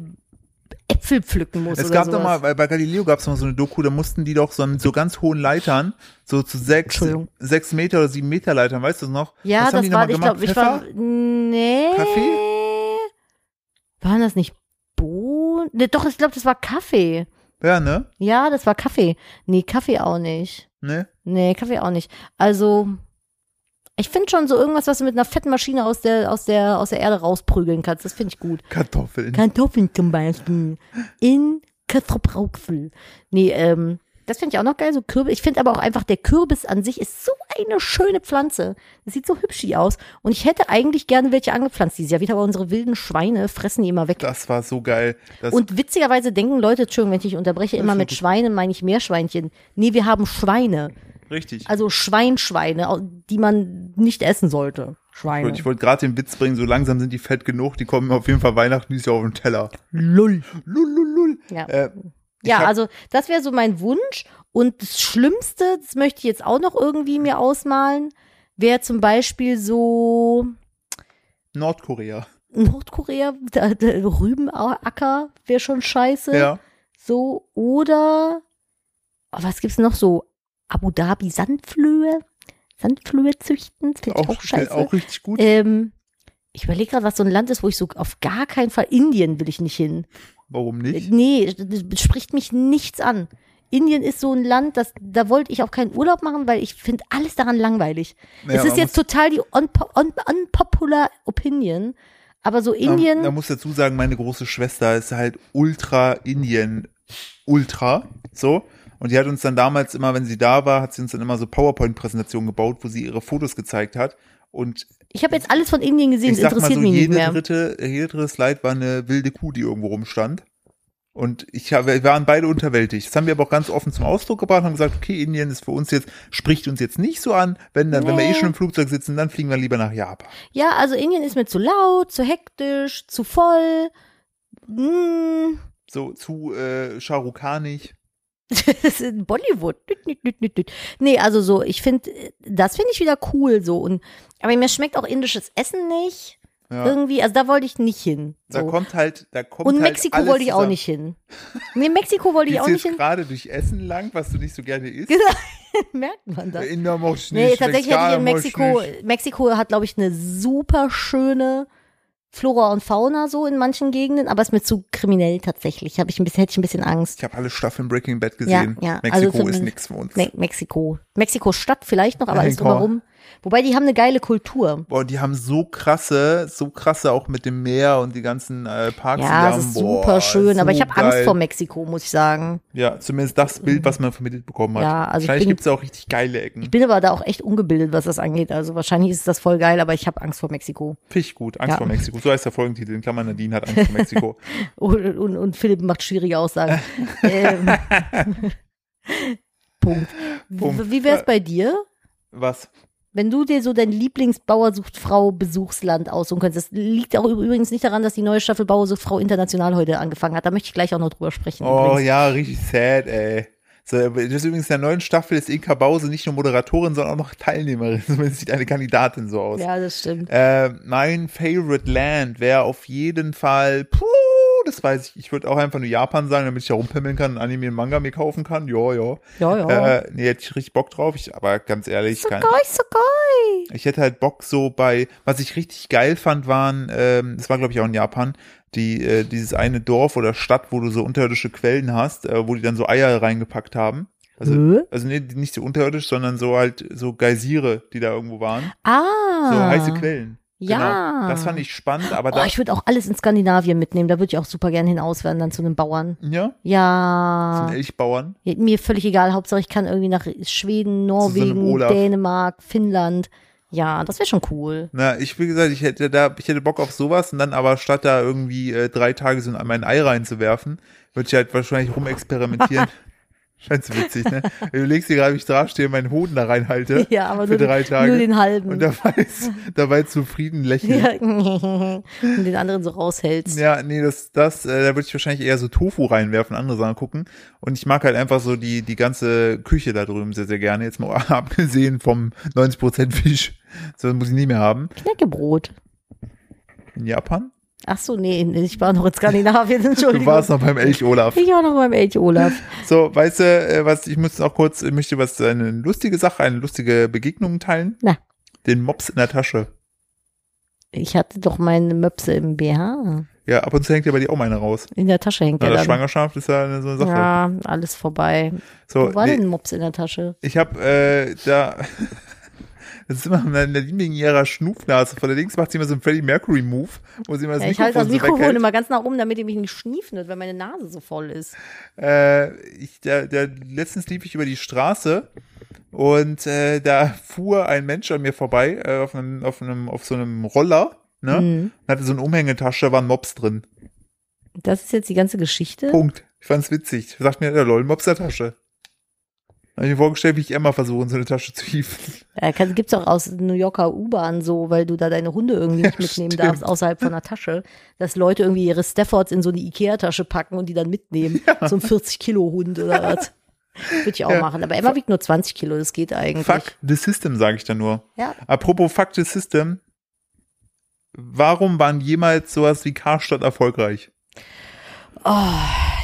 Speaker 2: Äpfel pflücken muss.
Speaker 1: Es
Speaker 2: oder
Speaker 1: gab
Speaker 2: sowas.
Speaker 1: doch mal, bei, bei Galileo gab es mal so eine Doku, da mussten die doch so mit so ganz hohen Leitern, so zu sechs,
Speaker 2: Entschuldigung.
Speaker 1: sechs Meter oder sieben Meter Leitern, weißt du das noch? Was
Speaker 2: Ja,
Speaker 1: haben
Speaker 2: das
Speaker 1: die noch
Speaker 2: war,
Speaker 1: mal
Speaker 2: ich
Speaker 1: gemacht?
Speaker 2: glaube, ich
Speaker 1: Pfeffer?
Speaker 2: war, nee.
Speaker 1: Kaffee?
Speaker 2: Waren das nicht Bohnen? Nee, doch, ich glaube, das war Kaffee.
Speaker 1: Ja, ne?
Speaker 2: Ja, das war Kaffee. Nee, Kaffee auch nicht.
Speaker 1: Ne?
Speaker 2: Nee, Kaffee auch nicht. Also, ich finde schon so irgendwas, was du mit einer fetten Maschine aus der, aus der, aus der Erde rausprügeln kannst. Das finde ich gut.
Speaker 1: Kartoffeln.
Speaker 2: Kartoffeln zum Beispiel. In Kartoffelbrauchfel. Nee, ähm, das finde ich auch noch geil, so Kürbis. Ich finde aber auch einfach, der Kürbis an sich ist so eine schöne Pflanze. Das sieht so hübsch aus. Und ich hätte eigentlich gerne welche angepflanzt dieses Jahr wieder, aber unsere wilden Schweine fressen die immer weg.
Speaker 1: das war so geil. Das,
Speaker 2: Und witzigerweise denken Leute, Entschuldigung, wenn ich dich unterbreche, immer
Speaker 1: schon
Speaker 2: mit
Speaker 1: gut.
Speaker 2: Schweinen meine ich Meerschweinchen. Nee, wir haben Schweine.
Speaker 1: richtig.
Speaker 2: Also Schweinschweine, au- die man nicht essen sollte. Schweine.
Speaker 1: ich wollte gerade den Witz bringen, so langsam sind die fett genug, die kommen auf jeden Fall Weihnachten dieses Jahr auf den Teller.
Speaker 2: Lull.
Speaker 1: Lul, lul, lul.
Speaker 2: Ja.
Speaker 1: Äh, ich
Speaker 2: Ja,
Speaker 1: hab-
Speaker 2: also das wäre so mein Wunsch. Und das Schlimmste, das möchte ich jetzt auch noch irgendwie mir ausmalen, wäre zum Beispiel so
Speaker 1: Nordkorea.
Speaker 2: Nordkorea, da- da- Rübenacker wäre schon scheiße.
Speaker 1: Ja.
Speaker 2: So, oder oh, was gibt's noch so? Abu Dhabi Sandflöhe? Sandflöhe züchten, das finde ich auch, scheiße.
Speaker 1: auch richtig gut.
Speaker 2: Ähm, ich überlege gerade, was so ein Land ist, wo ich so auf gar keinen Fall Indien will ich nicht hin. Äh,
Speaker 1: Warum nicht?
Speaker 2: Nee, das spricht mich nichts an. Indien ist so ein Land, das, da wollte ich auch keinen Urlaub machen, weil ich finde alles daran langweilig.
Speaker 1: Naja,
Speaker 2: es ist
Speaker 1: man
Speaker 2: jetzt total die unpo- un unpopular Opinion, aber so Indien,
Speaker 1: Da, da muss dazu sagen, meine große Schwester ist halt ultra Indien, ultra, so. Und die hat uns dann damals immer, wenn sie da war, hat sie uns dann immer so PowerPoint-Präsentationen gebaut, wo sie ihre Fotos gezeigt hat. Und
Speaker 2: ich habe jetzt alles von Indien gesehen,
Speaker 1: ich
Speaker 2: es
Speaker 1: sag mal
Speaker 2: interessiert
Speaker 1: so,
Speaker 2: mich nicht
Speaker 1: jede
Speaker 2: mehr.
Speaker 1: dritte, jede dritte Slide war eine wilde Kuh, die irgendwo rumstand. Und ich hab, wir waren beide unterwältigt. Das haben wir aber auch ganz offen zum Ausdruck gebracht und haben gesagt, okay, Indien ist für uns jetzt, spricht uns jetzt nicht so an. Wenn dann, wenn wir eh
Speaker 2: Nee.
Speaker 1: schon im Flugzeug sitzen, dann fliegen wir lieber nach Japan.
Speaker 2: Ja, also Indien ist mir zu laut, zu hektisch, zu voll. Mm,
Speaker 1: So zu äh, Shahrukhanig.
Speaker 2: das ist in Bollywood. Düt, düt, düt, düt, düt. Nee, also so, ich finde, das finde ich wieder cool so. Und, aber mir schmeckt auch indisches Essen nicht.
Speaker 1: Ja.
Speaker 2: Irgendwie, also da wollte ich nicht hin. So.
Speaker 1: Da kommt halt, da kommt
Speaker 2: Und
Speaker 1: halt
Speaker 2: Mexiko
Speaker 1: alles
Speaker 2: wollte ich auch
Speaker 1: zusammen.
Speaker 2: nicht hin. Nee, Mexiko wollte ich
Speaker 1: Gehst
Speaker 2: auch
Speaker 1: du
Speaker 2: nicht
Speaker 1: jetzt
Speaker 2: hin.
Speaker 1: gerade durch Essen lang, was du nicht so gerne isst?
Speaker 2: Merkt man das?
Speaker 1: In der Mosch
Speaker 2: Nee,
Speaker 1: nicht,
Speaker 2: tatsächlich hätte ich in
Speaker 1: Mexikaner Mosch
Speaker 2: Mexiko,
Speaker 1: nicht.
Speaker 2: Mexiko hat, glaube ich, eine super schöne Flora und Fauna so in manchen Gegenden, aber ist mir zu kriminell tatsächlich. Hab ich ein bisschen, hätte ich ein bisschen Angst.
Speaker 1: Ich habe alle Staffeln Breaking Bad
Speaker 2: Ja,
Speaker 1: gesehen.
Speaker 2: ja, also
Speaker 1: Mexiko
Speaker 2: zumindest-
Speaker 1: ist nichts für uns.
Speaker 2: Me Mexiko. Mexiko-Stadt vielleicht noch, aber
Speaker 1: Ja,
Speaker 2: alles
Speaker 1: Henker.
Speaker 2: drumherum. Wobei die haben eine geile Kultur.
Speaker 1: Boah, die haben so krasse, so krasse auch mit dem Meer und die ganzen äh, Parks. die
Speaker 2: Ja, es
Speaker 1: haben.
Speaker 2: ist
Speaker 1: Boah,
Speaker 2: super schön, aber ich habe
Speaker 1: so
Speaker 2: Angst
Speaker 1: geil.
Speaker 2: vor Mexiko, muss ich sagen.
Speaker 1: Ja, zumindest das Bild, was man vermittelt bekommen hat.
Speaker 2: Ja, also ich
Speaker 1: Wahrscheinlich
Speaker 2: bin-
Speaker 1: gibt's da auch richtig geile Ecken.
Speaker 2: Ich bin aber da auch echt ungebildet, was das angeht. Also wahrscheinlich ist das voll geil, aber ich habe Angst vor Mexiko.
Speaker 1: Finde ich gut. Angst
Speaker 2: Ja.
Speaker 1: vor Mexiko. So heißt der Folgentitel. In Klammern Nadine hat Angst vor Mexiko.
Speaker 2: Und, und, und Philipp macht schwierige Aussagen. ähm. Punkt.
Speaker 1: Punkt.
Speaker 2: Wie wär's bei dir?
Speaker 1: Was?
Speaker 2: Wenn du dir so dein Lieblingsbauersuchtfrau-Besuchsland aussuchen könntest, das liegt auch übrigens nicht daran, dass die neue Staffel Bauersuchtfrau international heute angefangen hat. Da möchte ich gleich auch noch drüber sprechen.
Speaker 1: Oh
Speaker 2: übrigens.
Speaker 1: ja, richtig sad, ey. So, das ist übrigens in der neuen Staffel ist Inka Bause nicht nur Moderatorin, sondern auch noch Teilnehmerin. Zumindest sieht eine Kandidatin so aus.
Speaker 2: ja, das stimmt.
Speaker 1: Äh, mein Favorite Land wäre auf jeden Fall, puh, das weiß ich, ich würde auch einfach nur Japan sagen, damit ich da rumpimmeln kann, und Anime und Manga mir kaufen kann. Ja, ja.
Speaker 2: Ja, ja.
Speaker 1: Äh, nee, hätte ich richtig Bock drauf. Ich, aber ganz ehrlich, kein,
Speaker 2: Sokoi, sokoi.
Speaker 1: ich hätte halt Bock so bei, was ich richtig geil fand, waren, ähm, das war glaube ich auch in Japan, die, äh, dieses eine Dorf oder Stadt, wo du so unterirdische Quellen hast, äh, wo die dann so Eier reingepackt haben. Also,
Speaker 2: Hä?
Speaker 1: also nee, nicht so unterirdisch, sondern so halt so Geysire, die da irgendwo waren.
Speaker 2: Ah.
Speaker 1: So heiße Quellen.
Speaker 2: Ja.
Speaker 1: Genau. Das fand ich spannend, aber
Speaker 2: Oh,
Speaker 1: da,
Speaker 2: ich würde auch alles in Skandinavien mitnehmen. Da würde ich auch super gerne hinauswandern zu einem Bauern.
Speaker 1: ja,
Speaker 2: Ja.
Speaker 1: zum E- Elchbauern.
Speaker 2: Mir völlig egal. Hauptsache, ich kann irgendwie nach Schweden, Norwegen,
Speaker 1: Olaf.
Speaker 2: Dänemark, Finnland. Ja, das wäre schon cool.
Speaker 1: Na, ich, wie gesagt, ich hätte da, ich hätte Bock auf sowas und dann aber statt da irgendwie äh, drei Tage so in mein Ei reinzuwerfen, würde ich halt wahrscheinlich rumexperimentieren. Scheint so witzig, ne? Du legst dir gerade, wie ich da stehe, meinen Hoden da reinhalte.
Speaker 2: Ja, aber
Speaker 1: für
Speaker 2: nur,
Speaker 1: drei Tage.
Speaker 2: nur den halben.
Speaker 1: und dabei, dabei zufrieden lächeln.
Speaker 2: Ja. und den anderen so raushältst.
Speaker 1: Ja, nee, das, das, äh, da würde ich wahrscheinlich eher so Tofu reinwerfen, andere Sachen gucken. Und ich mag halt einfach so die, die ganze Küche da drüben sehr, sehr gerne. Jetzt mal abgesehen vom 90% Fisch. So das muss ich nie mehr haben.
Speaker 2: Knäckebrot.
Speaker 1: In Japan?
Speaker 2: Ach so, nee, ich war noch in Skandinavien,
Speaker 1: Du
Speaker 2: Entschuldigung.
Speaker 1: warst noch beim Elch Olaf.
Speaker 2: ich war noch beim Elch Olaf.
Speaker 1: So, weißt du, äh, was, ich muss noch kurz, ich möchte was, eine lustige Sache, eine lustige Begegnung teilen.
Speaker 2: Na.
Speaker 1: Den Mops in der Tasche.
Speaker 2: Ich hatte doch meine Möpse im BH.
Speaker 1: Ja, ab und zu hängt ja bei dir auch meine raus.
Speaker 2: In der Tasche hängt
Speaker 1: Na,
Speaker 2: er
Speaker 1: der
Speaker 2: dann.
Speaker 1: Schwangerschaft ist ja eine, so eine Sache.
Speaker 2: Ja, alles vorbei.
Speaker 1: so,
Speaker 2: Wo war
Speaker 1: nee,
Speaker 2: denn ein Mops in der Tasche?
Speaker 1: ich habe äh, da, das ist immer eine wegen ihrer Schnupfnase. Von der Links macht sie immer so einen Freddie Mercury Move, wo sie immer das
Speaker 2: Ja, ich
Speaker 1: Mikrofon
Speaker 2: halte das
Speaker 1: so
Speaker 2: Mikrofon
Speaker 1: weghält.
Speaker 2: immer ganz nach oben, damit ihr mich nicht schniefnet, weil meine Nase so voll ist.
Speaker 1: äh, ich, der, der, letztens lief ich über die Straße und äh, da fuhr ein Mensch an mir vorbei äh, auf, einem, auf, einem, auf so einem Roller ne?
Speaker 2: Mhm.
Speaker 1: und hatte so eine Umhängetasche, da waren Mops drin.
Speaker 2: Das ist jetzt die ganze Geschichte.
Speaker 1: Punkt. Ich fand's witzig. Sagt mir, der lol, Mops in der Tasche. Hab ich mir vorgestellt, wie ich Emma versuche, in so eine Tasche zu hieven.
Speaker 2: Äh, kann- gibt's auch aus New Yorker U-Bahn so, weil du da deine Hunde irgendwie nicht mitnehmen
Speaker 1: stimmt.
Speaker 2: darfst, außerhalb von einer Tasche, dass Leute irgendwie ihre Staffords in so eine Ikea-Tasche packen und die dann mitnehmen. So ein 40-Kilo-Hund oder was. Würde ich auch
Speaker 1: Ja.
Speaker 2: machen. Aber Emma wiegt nur 20 Kilo, das geht eigentlich.
Speaker 1: Fuck the system, sage ich da nur.
Speaker 2: Ja.
Speaker 1: Apropos Fuck the system. Warum waren jemals sowas wie Karstadt erfolgreich?
Speaker 2: Oh,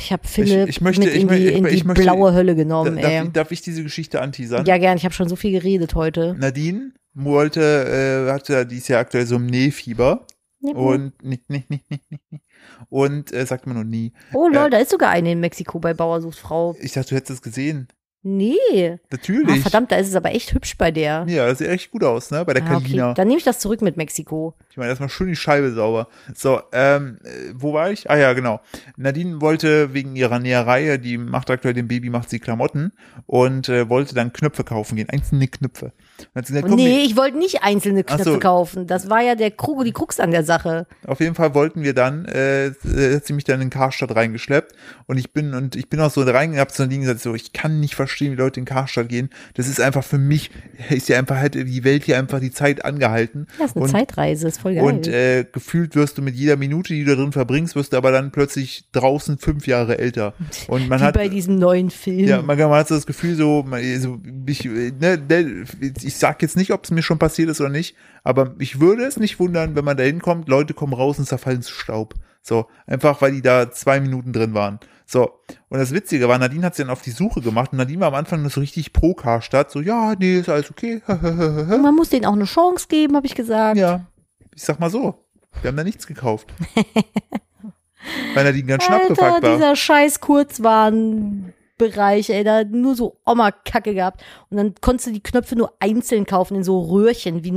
Speaker 2: Ich habe Philipp
Speaker 1: Ich- ich möchte-
Speaker 2: mit in
Speaker 1: ich
Speaker 2: die,
Speaker 1: mö- ich-
Speaker 2: in die
Speaker 1: ich möchte-
Speaker 2: blaue Hölle
Speaker 1: Da,
Speaker 2: genommen,
Speaker 1: darf,
Speaker 2: ey.
Speaker 1: ich, darf ich diese Geschichte anteasern?
Speaker 2: Oh, Ja, gern, ich habe schon so viel geredet heute.
Speaker 1: Nadine wollte, äh, hatte ja dieses Jahr aktuell so ein Nähfieber
Speaker 2: Mhm.
Speaker 1: und nicht, nicht, nicht, nicht, nicht, nicht. Und äh, sagt man nur nie.
Speaker 2: oh lol,
Speaker 1: äh,
Speaker 2: da ist sogar eine in Mexiko bei Bauer sucht Frau.
Speaker 1: Ich dachte, du hättest es gesehen.
Speaker 2: Nee. Ah,
Speaker 1: Natürlich.
Speaker 2: verdammt, da ist es aber echt hübsch bei der.
Speaker 1: Ja, das sieht echt gut aus, ne? Bei der
Speaker 2: Ah,
Speaker 1: Kalina.
Speaker 2: okay. Dann nehme ich das zurück mit Mexiko.
Speaker 1: Ich meine, erstmal schön die Scheibe sauber. So, ähm, äh, wo war ich? Ah ja, genau. Nadine wollte wegen ihrer Näherei, die macht aktuell dem Baby, macht sie Klamotten und äh, wollte dann Knöpfe kaufen gehen, einzelne Knöpfe. Und hat sie gesagt, komm,
Speaker 2: Oh nee,
Speaker 1: wir-
Speaker 2: ich wollte nicht einzelne
Speaker 1: Ach so.
Speaker 2: Knöpfe kaufen. Das war ja der Krug, die Krux an der Sache.
Speaker 1: Auf jeden Fall wollten wir dann, äh, äh, hat sie mich dann in Karstadt reingeschleppt und ich bin und ich bin auch so reingegangen, hab zu Nadine gesagt, so ich kann nicht verstehen, wie Leute in Karstadt gehen. Das ist einfach für mich, ist ja einfach halt die Welt hier einfach die Zeit angehalten.
Speaker 2: Das ist eine
Speaker 1: und,
Speaker 2: Zeitreise, ist voll geil.
Speaker 1: Und äh, gefühlt wirst du mit jeder Minute, die du da drin verbringst, wirst du aber dann plötzlich draußen fünf Jahre älter. Und man
Speaker 2: Wie
Speaker 1: hat
Speaker 2: bei diesem neuen Film.
Speaker 1: ja, man, man hat so das Gefühl, so, man, so ich, ne, ne, ich sag jetzt nicht, ob es mir schon passiert ist oder nicht, aber ich würde es nicht wundern, wenn man da hinkommt, Leute kommen raus und zerfallen zu Staub. So, einfach weil die da zwei Minuten drin waren. So, und das Witzige war, Nadine hat sie dann auf die Suche gemacht und Nadine war am Anfang nur so richtig pro Karstadt, so, ja, nee, ist alles okay.
Speaker 2: man muss denen auch eine Chance geben, habe ich gesagt.
Speaker 1: ja, ich sag mal so, wir haben da nichts gekauft. weil Nadine ganz schnapp
Speaker 2: Alter,
Speaker 1: gefragt war.
Speaker 2: dieser scheiß Kurzwaren Bereich, ey, da hat nur so Oma-Kacke gehabt. Und dann konntest du die Knöpfe nur einzeln kaufen in so Röhrchen wie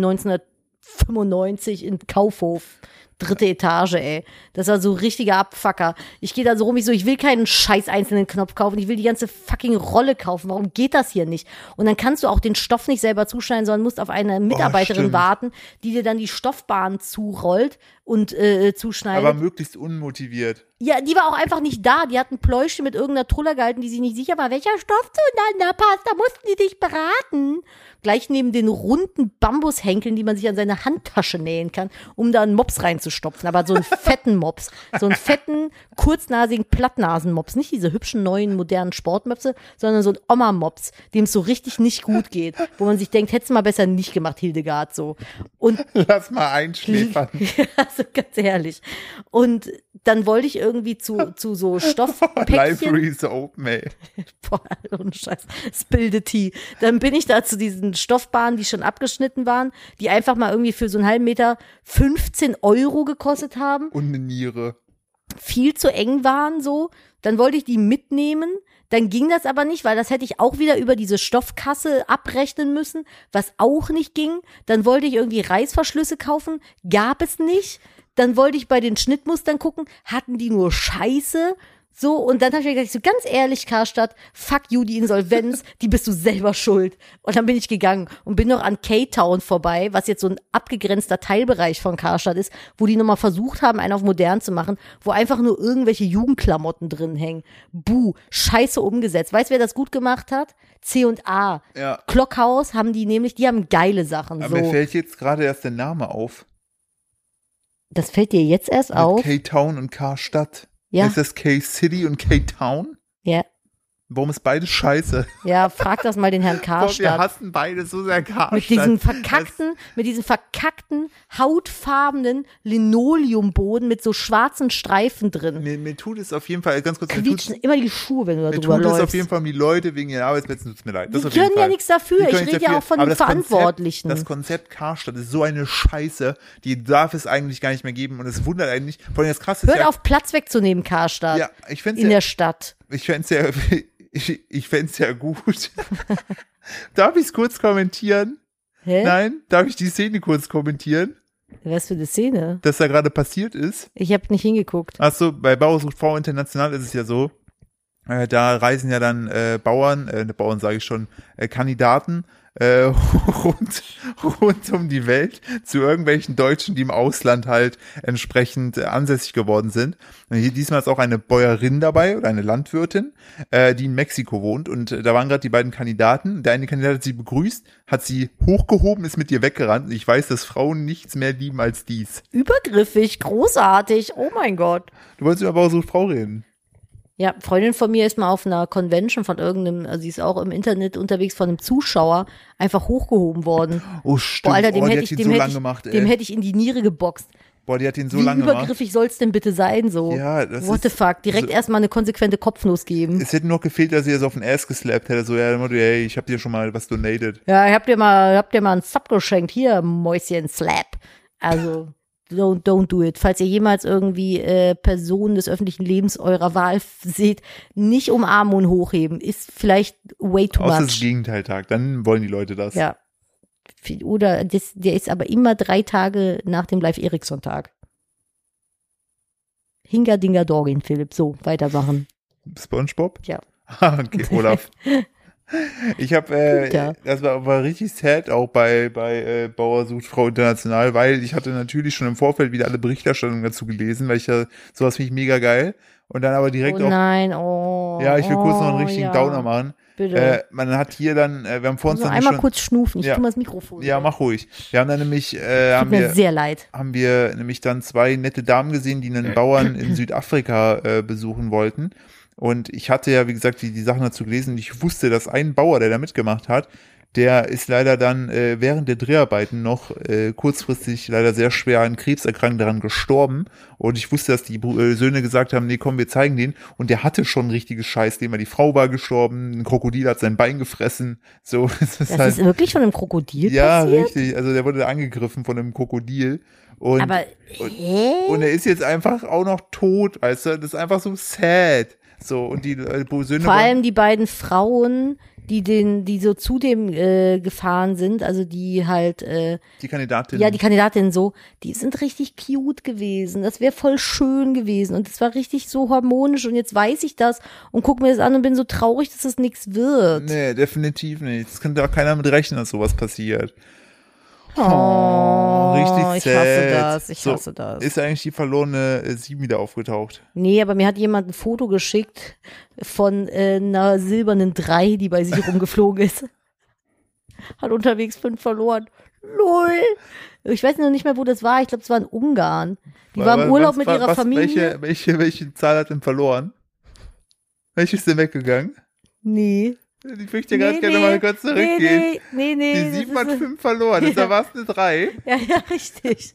Speaker 2: 1995 im Kaufhof. Dritte Etage, ey. Das war so richtiger Abfucker. Ich gehe da so rum, ich so, ich will keinen scheiß einzelnen Knopf kaufen, ich will die ganze fucking Rolle kaufen. Warum geht das hier nicht? Und dann kannst du auch den Stoff nicht selber zuschneiden, sondern musst auf eine Mitarbeiterin
Speaker 1: Oh, stimmt.
Speaker 2: warten, die dir dann die Stoffbahn zurollt und äh, zuschneidet.
Speaker 1: Aber möglichst unmotiviert.
Speaker 2: Ja, die war auch einfach nicht da. Die hatten Pläusche mit irgendeiner Truller gehalten, die sich nicht sicher war, welcher Stoff zueinander passt. Da mussten die dich beraten. Gleich neben den runden Bambushänkeln, die man sich an seine Handtasche nähen kann, um da einen Mops reinzustopfen. Aber so einen fetten Mops. So einen fetten, kurznasigen Plattnasen-Mops. Nicht diese hübschen, neuen, modernen Sportmöpse, sondern so ein Oma-Mops, dem es so richtig nicht gut geht. Wo man sich denkt, hättest du mal besser nicht gemacht, Hildegard, so. Und
Speaker 1: Lass mal einschläfern.
Speaker 2: also ganz ehrlich. Und dann wollte ich irgendwie zu, zu so Stoffpäckchen.
Speaker 1: Library is open, ey.
Speaker 2: Boah, ohne Scheiß. Spilde Tea. Dann bin ich da zu diesen Stoffbahnen, die schon abgeschnitten waren, die einfach mal irgendwie für so einen halben Meter 15 Euro gekostet haben
Speaker 1: Und eine Niere.
Speaker 2: viel zu eng waren so, dann wollte ich die mitnehmen, dann ging das aber nicht, weil das hätte ich auch wieder über diese Stoffkasse abrechnen müssen, was auch nicht ging, dann wollte ich irgendwie Reißverschlüsse kaufen, gab es nicht, dann wollte ich bei den Schnittmustern gucken, hatten die nur Scheiße, so, und dann habe ich mir gedacht, so ganz ehrlich, Karstadt, fuck you, die Insolvenz, die bist du selber schuld. Und dann bin ich gegangen und bin noch an K-Town vorbei, was jetzt so ein abgegrenzter Teilbereich von Karstadt ist, wo die nochmal versucht haben, einen auf modern zu machen, wo einfach nur irgendwelche Jugendklamotten drin hängen. Buh, scheiße umgesetzt. Weißt du, wer das gut gemacht hat? C und A.
Speaker 1: Ja.
Speaker 2: Clockhouse haben die nämlich, die haben geile Sachen.
Speaker 1: Aber mir
Speaker 2: so.
Speaker 1: fällt jetzt gerade erst der Name auf.
Speaker 2: Das fällt dir jetzt erst auf.
Speaker 1: Mit K-Town und K-Stadt.
Speaker 2: Ja.
Speaker 1: Ist das K-City und K-Town?
Speaker 2: Ja.
Speaker 1: Warum ist beides scheiße?
Speaker 2: Ja, frag das mal den Herrn
Speaker 1: Boah, wir
Speaker 2: Karstadt.
Speaker 1: hassen beide so sehr Karstadt.
Speaker 2: Mit diesem
Speaker 1: Das-
Speaker 2: verkackten, mit diesem verkackten, hautfarbenen Linoleumboden mit so schwarzen Streifen drin.
Speaker 1: Mir, mir tut es auf jeden Fall, ganz kurz, mir tut,
Speaker 2: Quietschen immer die Schuhe, wenn du da
Speaker 1: mir
Speaker 2: drüber
Speaker 1: tut es
Speaker 2: läufst.
Speaker 1: auf jeden Fall um die Leute wegen ihren Arbeitsplätzen, tut mir leid. Das
Speaker 2: Die
Speaker 1: auf jeden
Speaker 2: können ja
Speaker 1: Fall.
Speaker 2: nichts dafür.
Speaker 1: Die können
Speaker 2: Ich
Speaker 1: nichts
Speaker 2: rede ja
Speaker 1: dafür.
Speaker 2: auch von
Speaker 1: Aber
Speaker 2: den
Speaker 1: das Konzept-
Speaker 2: Verantwortlichen.
Speaker 1: Das Konzept Karstadt ist so eine Scheiße, die darf es eigentlich gar nicht mehr geben und es wundert einen nicht. Vor allem das Krasse ist
Speaker 2: Hört
Speaker 1: ja,
Speaker 2: auf, Platz wegzunehmen, Karstadt.
Speaker 1: ja, ich find's
Speaker 2: in
Speaker 1: ja,
Speaker 2: der Stadt.
Speaker 1: Ich fänd's ja, ich, ich fänd's ja gut. darf ich's kurz kommentieren?
Speaker 2: Hä?
Speaker 1: Nein? Darf ich die Szene kurz kommentieren,
Speaker 2: Was für eine Szene?
Speaker 1: dass da gerade passiert ist?
Speaker 2: Ich habe nicht hingeguckt.
Speaker 1: Achso, bei Bauer sucht Frau International ist es ja so. Äh, da reisen ja dann äh, Bauern, äh, ne, Bauern sage ich schon, äh, Kandidaten äh, rund, rund um die Welt zu irgendwelchen Deutschen, die im Ausland halt entsprechend äh, ansässig geworden sind. Und hier diesmal ist auch eine Bäuerin dabei oder eine Landwirtin, äh, die in Mexiko wohnt. Und äh, da waren gerade die beiden Kandidaten. Der eine Kandidat hat sie begrüßt, hat sie hochgehoben, ist mit ihr weggerannt. Und ich weiß, dass Frauen nichts mehr lieben als dies.
Speaker 2: Übergriffig, großartig. Oh mein Gott.
Speaker 1: Du wolltest über Bauer sucht Frau reden.
Speaker 2: Ja, Freundin von mir ist mal auf einer Convention von irgendeinem, also sie ist auch im Internet unterwegs von einem Zuschauer einfach hochgehoben worden.
Speaker 1: Oh, stimmt.
Speaker 2: Boah, Alter, dem
Speaker 1: oh, die
Speaker 2: hätte
Speaker 1: hat
Speaker 2: ich,
Speaker 1: ihn
Speaker 2: dem
Speaker 1: so
Speaker 2: hätte
Speaker 1: lang
Speaker 2: ich,
Speaker 1: gemacht, ey.
Speaker 2: dem hätte ich in die Niere geboxt.
Speaker 1: Boah, die hat ihn so
Speaker 2: Wie
Speaker 1: lange gemacht.
Speaker 2: übergriffig soll's denn bitte sein so?
Speaker 1: Ja, das
Speaker 2: What
Speaker 1: ist-
Speaker 2: the fuck? Direkt
Speaker 1: so-
Speaker 2: erstmal eine konsequente Kopfnuss geben.
Speaker 1: Es hätte nur gefehlt, dass sie das auf den Ass geslappt hätte. So, ja, Motto, hey, ich hab dir schon mal was donated.
Speaker 2: ja, ich hab dir mal, hab dir mal einen Sub geschenkt. Hier, Mäuschen, Slap. Also, don't, don't do it. Falls ihr jemals irgendwie äh, Personen des öffentlichen Lebens eurer Wahl f- seht, nicht umarmen und hochheben. Ist vielleicht way too
Speaker 1: Außer es ist
Speaker 2: much.
Speaker 1: Gegenteiltag, dann wollen die Leute das.
Speaker 2: Ja. Oder das, der ist aber immer drei Tage nach dem Live-Ericsson-Tag. Hinga Dinga Dorgin, Philipp. So, weitermachen.
Speaker 1: SpongeBob?
Speaker 2: Ja.
Speaker 1: Ah, okay, Olaf. Ich habe, äh,
Speaker 2: Günther.
Speaker 1: das war, war richtig sad auch bei, bei äh, Bauer sucht Frau International, weil ich hatte natürlich schon im Vorfeld wieder alle Berichterstattungen dazu gelesen, weil ich ja, sowas finde ich mega geil. Und dann aber
Speaker 2: oh
Speaker 1: direkt auch,
Speaker 2: nein, oh.
Speaker 1: ja, ich will kurz noch
Speaker 2: oh,
Speaker 1: einen richtigen
Speaker 2: ja.
Speaker 1: Downer machen.
Speaker 2: Bitte.
Speaker 1: Äh, man hat hier dann, äh, wir haben vor uns
Speaker 2: Nur
Speaker 1: dann
Speaker 2: einmal
Speaker 1: schon,
Speaker 2: kurz schnufen. Ich
Speaker 1: Ja.
Speaker 2: tu mal das Mikrofon.
Speaker 1: Ja, mach ruhig. Wir haben dann nämlich, äh,
Speaker 2: Tut
Speaker 1: haben
Speaker 2: mir
Speaker 1: wir,
Speaker 2: sehr leid.
Speaker 1: haben wir nämlich dann zwei nette Damen gesehen, die einen Bauern in Südafrika äh, besuchen wollten. Und ich hatte ja, wie gesagt, die, die Sachen dazu gelesen und ich wusste, dass ein Bauer, der da mitgemacht hat, der ist leider dann äh, während der Dreharbeiten noch äh, kurzfristig leider sehr schwer an Krebs erkrankt, daran gestorben. Und ich wusste, dass die Br- äh, Söhne gesagt haben, nee, komm, wir zeigen den. Und der hatte schon ein richtiges Scheißthema. Die Frau war gestorben, ein Krokodil hat sein Bein gefressen. So, es ist halt
Speaker 2: Das ist wirklich von einem Krokodil
Speaker 1: ja,
Speaker 2: passiert?
Speaker 1: richtig. Also der wurde da angegriffen von einem Krokodil. Und,
Speaker 2: Aber,
Speaker 1: und,
Speaker 2: hä?
Speaker 1: und er ist jetzt einfach auch noch tot, weißt du? Das ist einfach so sad. So, und die äh, Bo- Söhne
Speaker 2: Vor
Speaker 1: wollen-
Speaker 2: allem die beiden Frauen, die den, die so zu dem äh, gefahren sind, also die halt, äh,
Speaker 1: die Kandidatin.
Speaker 2: ja, die Kandidatin so, die sind richtig cute gewesen. Das wäre voll schön gewesen. Und es war richtig so harmonisch. Und jetzt weiß ich das und guck mir das an und bin so traurig, dass das nichts wird.
Speaker 1: Nee, definitiv nicht. Es könnte auch keiner mit rechnen, dass sowas passiert.
Speaker 2: Oh,
Speaker 1: Richtig
Speaker 2: ich hasse
Speaker 1: sad.
Speaker 2: das, ich
Speaker 1: So,
Speaker 2: hasse das.
Speaker 1: Ist eigentlich die verlorene äh, Sieben wieder aufgetaucht.
Speaker 2: Nee, aber mir hat jemand ein Foto geschickt von äh, einer silbernen Drei, die bei sich rumgeflogen ist. Hat unterwegs fünf verloren. Lol. Ich weiß noch nicht mehr, wo das war. Ich glaube, es war in Ungarn. Die war
Speaker 1: Wa-
Speaker 2: im
Speaker 1: wa-
Speaker 2: Urlaub
Speaker 1: was-
Speaker 2: mit
Speaker 1: wa-
Speaker 2: ihrer
Speaker 1: was,
Speaker 2: Familie.
Speaker 1: Welche, welche, welche Zahl hat denn verloren? Welche ist denn weggegangen?
Speaker 2: Nee.
Speaker 1: Ich möchte ja
Speaker 2: nee,
Speaker 1: ganz gerne
Speaker 2: nee,
Speaker 1: mal kurz zurückgehen.
Speaker 2: Nee, nee, nee. nee
Speaker 1: Die Sieben
Speaker 2: das
Speaker 1: hat
Speaker 2: ist,
Speaker 1: fünf verloren.
Speaker 2: Ja.
Speaker 1: Da war es eine Drei.
Speaker 2: ja, ja, richtig.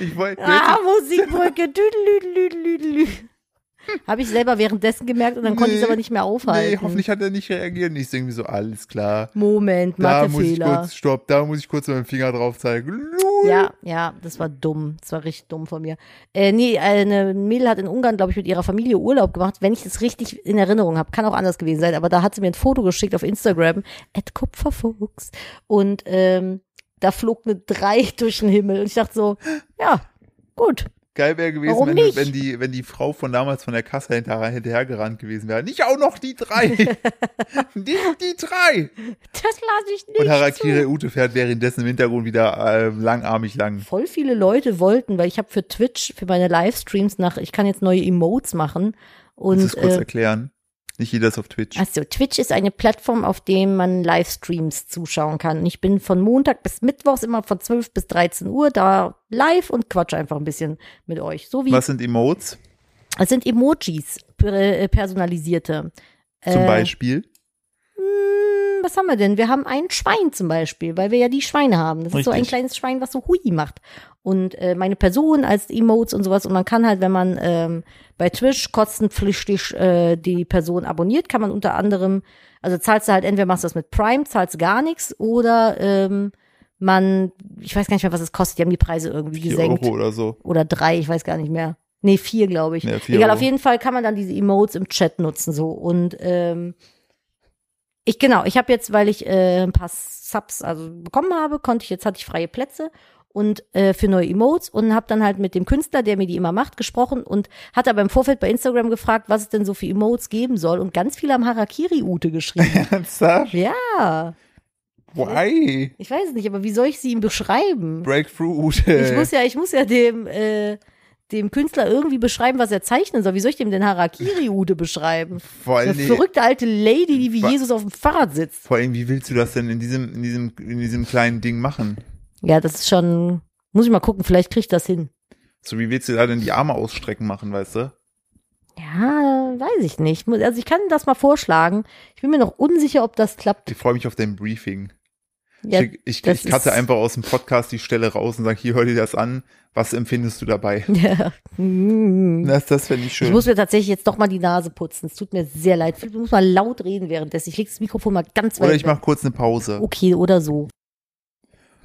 Speaker 1: Ich wollte.
Speaker 2: Ah, Musikbrücke. Düdelüdelüdelüdelü. Habe ich selber währenddessen gemerkt und dann konnte ich es
Speaker 1: Nee,
Speaker 2: aber nicht mehr aufhalten.
Speaker 1: nee, hoffentlich hat er nicht reagiert. Und ich irgendwie so, alles klar.
Speaker 2: Moment,
Speaker 1: Da muss ich
Speaker 2: Mathefehler.
Speaker 1: kurz, stopp, da muss ich kurz mit dem Finger drauf zeigen. Lul.
Speaker 2: Ja, ja, das war dumm. Das war richtig dumm von mir. Äh, nee, eine Mädel hat in Ungarn, glaube ich, mit ihrer Familie Urlaub gemacht, wenn ich das richtig in Erinnerung habe. Kann auch anders gewesen sein, aber da hat sie mir ein Foto geschickt auf Instagram, at Kupferfuchs. Und ähm, da flog eine 3 durch den Himmel. Und ich dachte so, ja, gut.
Speaker 1: Geil wäre gewesen,
Speaker 2: Warum
Speaker 1: wenn, du-
Speaker 2: nicht?
Speaker 1: wenn, die, wenn die Frau von damals von der Kasse hinterher, hinterhergerannt gewesen wäre. Nicht auch noch die drei. die, die drei.
Speaker 2: Das lasse ich nicht.
Speaker 1: Und
Speaker 2: zu.
Speaker 1: Harakiri Ute fährt währenddessen im Hintergrund wieder äh, langarmig lang.
Speaker 2: voll viele Leute wollten, weil ich habe für Twitch, für meine Livestreams nach, ich kann jetzt neue Emotes machen. Und,
Speaker 1: Muss das kurz
Speaker 2: äh,
Speaker 1: erklären. Nicht jeder ist auf Twitch.
Speaker 2: Achso, Twitch ist eine Plattform, auf dem man Livestreams zuschauen kann. Und ich bin von Montag bis Mittwochs immer von 12 bis 13 Uhr da live und quatsche einfach ein bisschen mit euch. So wie
Speaker 1: Was sind Emotes
Speaker 2: es sind Emojis, per- äh, personalisierte.
Speaker 1: zum
Speaker 2: Äh,
Speaker 1: Beispiel?
Speaker 2: Hm, Was haben wir denn? Wir haben ein Schwein zum Beispiel, weil wir ja die Schweine haben. Das ist so ein
Speaker 1: Richtig.
Speaker 2: kleines Schwein, was so hui macht. Und äh, meine Person als Emotes und sowas. Und man kann halt, wenn man ähm, bei Twitch kostenpflichtig äh, die Person abonniert, kann man unter anderem, also zahlst du halt, entweder machst du das mit Prime, zahlst gar nichts oder ähm, man, ich weiß gar nicht mehr, was es kostet, die haben die Preise irgendwie
Speaker 1: Vier
Speaker 2: gesenkt.
Speaker 1: Euro oder so.
Speaker 2: Oder drei, ich weiß gar nicht mehr. Nee, vier, glaube ich.
Speaker 1: Ja, vier
Speaker 2: Egal,
Speaker 1: Euro.
Speaker 2: auf jeden Fall kann man dann diese Emotes im Chat nutzen so. Und ähm, ich genau, ich habe jetzt, weil ich äh, ein paar Subs also bekommen habe, konnte ich jetzt hatte ich freie Plätze und äh, für neue Emotes und habe dann halt mit dem Künstler, der mir die immer macht, gesprochen und hatte aber im Vorfeld bei Instagram gefragt, was es denn so für Emotes geben soll und ganz viele haben Harakiri Ute geschrieben.
Speaker 1: Ernsthaft?
Speaker 2: ja,
Speaker 1: Why?
Speaker 2: ich weiß nicht, aber wie soll ich sie ihm beschreiben?
Speaker 1: Breakthrough Ute.
Speaker 2: Ich muss ja, ich muss ja dem, äh, dem Künstler irgendwie beschreiben, was er zeichnen soll. Wie soll ich dem den Harakiri-Ude beschreiben?
Speaker 1: Vor
Speaker 2: Eine
Speaker 1: allen Dingen-
Speaker 2: verrückte alte Lady, die wie
Speaker 1: Wa-
Speaker 2: Jesus auf dem Fahrrad sitzt.
Speaker 1: Vor allem, wie willst du das denn in diesem, in diesem, in diesem kleinen Ding machen?
Speaker 2: Ja, das ist schon. Muss ich mal gucken, vielleicht krieg ich das hin.
Speaker 1: So, wie willst du da denn die Arme ausstrecken machen, weißt du?
Speaker 2: Ja, weiß ich nicht. Muss- Also ich kann das mal vorschlagen. Ich bin mir noch unsicher, ob das klappt.
Speaker 1: Ich freue mich auf dein Briefing.
Speaker 2: Ja,
Speaker 1: ich ich,
Speaker 2: das
Speaker 1: ich cutte
Speaker 2: ist-
Speaker 1: einfach aus dem Podcast die Stelle raus und sage, hier, hör dir das an. Was empfindest du dabei?
Speaker 2: ja. Hm.
Speaker 1: Das, das fände ich schön.
Speaker 2: Ich muss mir tatsächlich jetzt doch mal die Nase putzen. Es tut mir sehr leid. Ich muss mal laut reden währenddessen. Ich leg das Mikrofon mal Oh. ganz weit
Speaker 1: Oder ich
Speaker 2: weg.
Speaker 1: mache kurz eine Pause.
Speaker 2: Okay, oder so.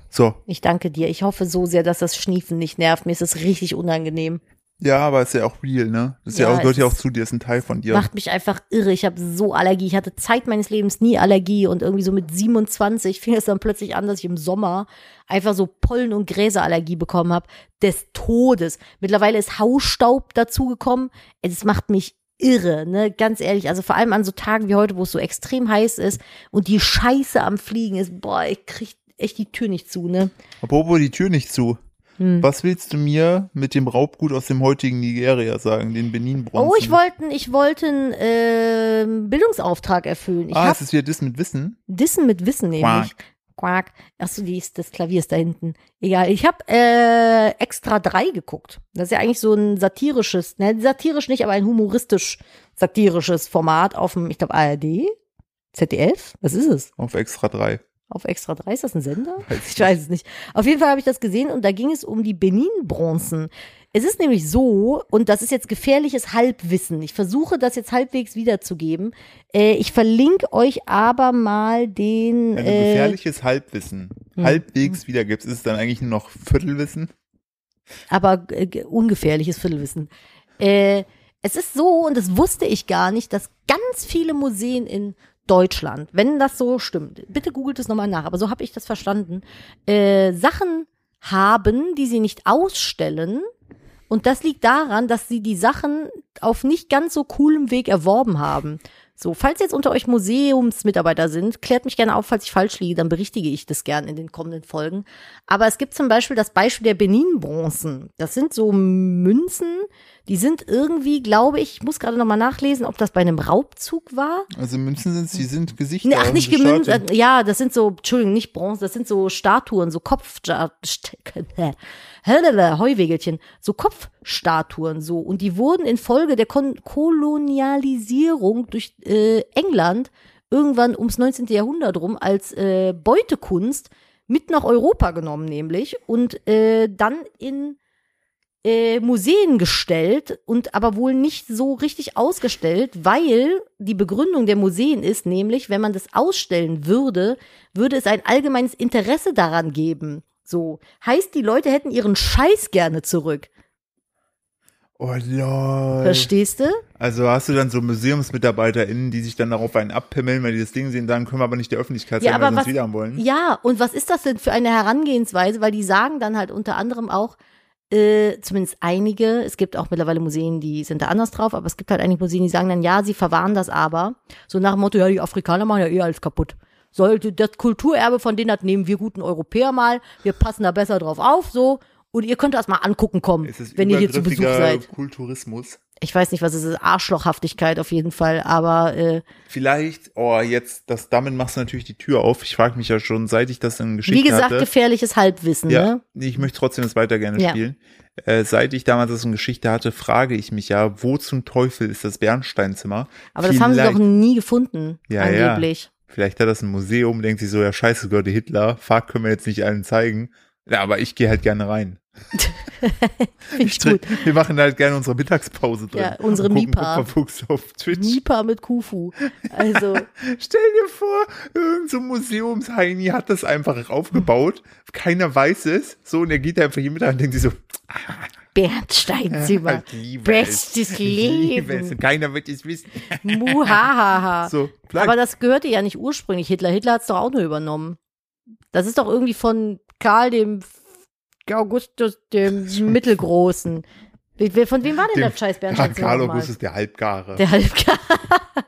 Speaker 1: So.
Speaker 2: Ich danke dir. Ich hoffe so sehr, dass das Schniefen nicht nervt. Mir ist es richtig unangenehm.
Speaker 1: Ja, aber ist ja auch real, ne? Das ist ja,
Speaker 2: Ja,
Speaker 1: auch, gehört
Speaker 2: es
Speaker 1: ja auch
Speaker 2: ist-
Speaker 1: zu dir, ist ein Teil von dir.
Speaker 2: Macht mich einfach irre. Ich habe so Allergie. Ich hatte Zeit meines Lebens nie Allergie und irgendwie so mit 27 fing es dann plötzlich an, dass ich im Sommer einfach so Pollen- und Gräserallergie bekommen habe. Des Todes. Mittlerweile ist Hausstaub dazugekommen. Es macht mich irre, ne? Ganz ehrlich. Also vor allem an so Tagen wie heute, wo es so extrem heiß ist und die Scheiße am Fliegen ist. Boah, ich krieg echt die Tür nicht zu, ne?
Speaker 1: Apropos die Tür nicht zu.
Speaker 2: Hm.
Speaker 1: Was willst du mir mit dem Raubgut aus dem heutigen Nigeria sagen, den benin
Speaker 2: Oh, ich wollte, ich wollte einen ähm, Bildungsauftrag erfüllen. Ich
Speaker 1: Ah,
Speaker 2: hab
Speaker 1: es ist wieder das mit Wissen.
Speaker 2: Dissen mit Wissen nämlich.
Speaker 1: Quack.
Speaker 2: Quark. Achso, die ist, das Klavier ist da hinten. Egal. Ich habe äh, Extra 3 geguckt. Das ist ja eigentlich so ein satirisches, ne, satirisch nicht, aber ein humoristisch satirisches Format auf dem, ich glaube, ARD, ZDF. Was ist es?
Speaker 1: Auf extra drei.
Speaker 2: Auf Extra 3 ist das ein Sender?
Speaker 1: Weiß
Speaker 2: Ich weiß es nicht. Auf jeden Fall habe ich das gesehen und da ging es um die Benin-Bronzen. Es ist nämlich so, und das ist jetzt gefährliches Halbwissen. Ich versuche das jetzt halbwegs wiederzugeben. Äh, ich verlinke euch aber mal den.
Speaker 1: Wenn du
Speaker 2: Äh,
Speaker 1: gefährliches Halbwissen
Speaker 2: Hm.
Speaker 1: halbwegs wiedergibst, ist es dann eigentlich nur noch Viertelwissen?
Speaker 2: aber äh, ge- ungefährliches Viertelwissen. Äh, Es ist so, und das wusste ich gar nicht, dass ganz viele Museen in Deutschland, wenn das so stimmt, bitte googelt es nochmal nach, aber so habe ich das verstanden, äh, Sachen haben, die sie nicht ausstellen. Und das liegt daran, dass sie die Sachen auf nicht ganz so coolem Weg erworben haben. So, falls jetzt unter euch Museumsmitarbeiter sind, klärt mich gerne auf, falls ich falsch liege, dann berichtige ich das gern in den kommenden Folgen. Aber es gibt zum Beispiel das Beispiel der Benin-Bronzen. Das sind so Münzen, die sind irgendwie, glaube ich, ich muss gerade nochmal nachlesen, ob das bei einem Raubzug war.
Speaker 1: Also Münzen sind sie sind Gesichter. Also
Speaker 2: Nee, ach, nicht
Speaker 1: Statuen.
Speaker 2: gemünzt, äh, ja, das sind so, Entschuldigung, nicht Bronze, das sind so Statuen, so Kopf, Heuwegelchen, so Kopfstatuen, so. Und die wurden infolge der Kon Kolonialisierung durch äh, England irgendwann ums 19. Jahrhundert rum als äh, Beutekunst mit nach Europa genommen, nämlich, und äh, dann in äh, Museen gestellt und aber wohl nicht so richtig ausgestellt, weil die Begründung der Museen ist nämlich, wenn man das ausstellen würde, würde es ein allgemeines Interesse daran geben. So heißt, die Leute hätten ihren Scheiß gerne zurück.
Speaker 1: Oh lol.
Speaker 2: Verstehst du?
Speaker 1: Also hast du dann so MuseumsmitarbeiterInnen, die sich dann darauf einen abpimmeln, wenn die das Ding sehen, sagen, können wir aber nicht der Öffentlichkeit
Speaker 2: Ja,
Speaker 1: zeigen, weil
Speaker 2: aber
Speaker 1: wir uns
Speaker 2: was,
Speaker 1: wieder haben wollen.
Speaker 2: ja, und was ist das denn für eine Herangehensweise? Weil die sagen dann halt unter anderem auch, äh, zumindest einige, es gibt auch mittlerweile Museen, die sind da anders drauf, aber es gibt halt einige Museen, die sagen dann, ja, sie verwahren das aber. So nach dem Motto, ja, die Afrikaner machen ja eh alles kaputt. Sollte das Kulturerbe von denen hat, nehmen wir guten Europäer mal, wir passen da besser drauf auf, so. Und ihr könnt das mal angucken kommen,
Speaker 1: Es ist
Speaker 2: wenn ihr hier zu Besuch
Speaker 1: übergriffiger
Speaker 2: seid.
Speaker 1: Kulturismus.
Speaker 2: Ich weiß nicht, was es ist, Arschlochhaftigkeit auf jeden Fall, aber äh,
Speaker 1: Vielleicht, oh, jetzt, das, damit machst du natürlich die Tür auf. Ich frage mich ja schon, seit ich das in Geschichten
Speaker 2: wie gesagt,
Speaker 1: hatte.
Speaker 2: gefährliches Halbwissen,
Speaker 1: Ja,
Speaker 2: ne?
Speaker 1: nee, ich möchte trotzdem das weiter gerne
Speaker 2: Ja.
Speaker 1: spielen. Äh, seit ich damals das in Geschichte hatte, frage ich mich ja, wo zum Teufel ist das Bernsteinzimmer?
Speaker 2: Aber das haben sie doch
Speaker 1: Vielleicht-
Speaker 2: nie gefunden,
Speaker 1: Ja, ja.
Speaker 2: angeblich.
Speaker 1: Vielleicht hat das ein Museum, denkt sich so, ja scheiße, gehörte Hitler, fuck, können wir jetzt nicht allen zeigen. Ja, aber ich gehe halt gerne rein.
Speaker 2: Finde ich gut.
Speaker 1: Wir machen halt gerne unsere Mittagspause drin.
Speaker 2: Ja, unsere
Speaker 1: Und gucken
Speaker 2: Mipa.
Speaker 1: Papa Fuchs auf Twitch.
Speaker 2: Nipa mit Kufu. Also,
Speaker 1: Stell dir vor, irgendein so Museumsheini hat das einfach aufgebaut. Keiner weiß es. So, und er geht da einfach hier mit rein und denkt sich so, halt
Speaker 2: Bernsteinzimmer.
Speaker 1: ich liebe
Speaker 2: Bestes
Speaker 1: es. Ich liebe
Speaker 2: Leben.
Speaker 1: es. Keiner wird es wissen.
Speaker 2: Muhahaha.
Speaker 1: So, vielleicht.
Speaker 2: Aber das gehörte ja nicht ursprünglich Hitler. Hitler hat es doch auch nur übernommen. Das ist doch irgendwie von Karl dem F- Augustus dem Mittelgroßen. Wer- wer- Von wem war denn
Speaker 1: Dem-
Speaker 2: das scheiß
Speaker 1: Ja,
Speaker 2: Bernsteinzimmer?
Speaker 1: Karl
Speaker 2: nochmal?
Speaker 1: August ist der Halbgare.
Speaker 2: Der Halbkar.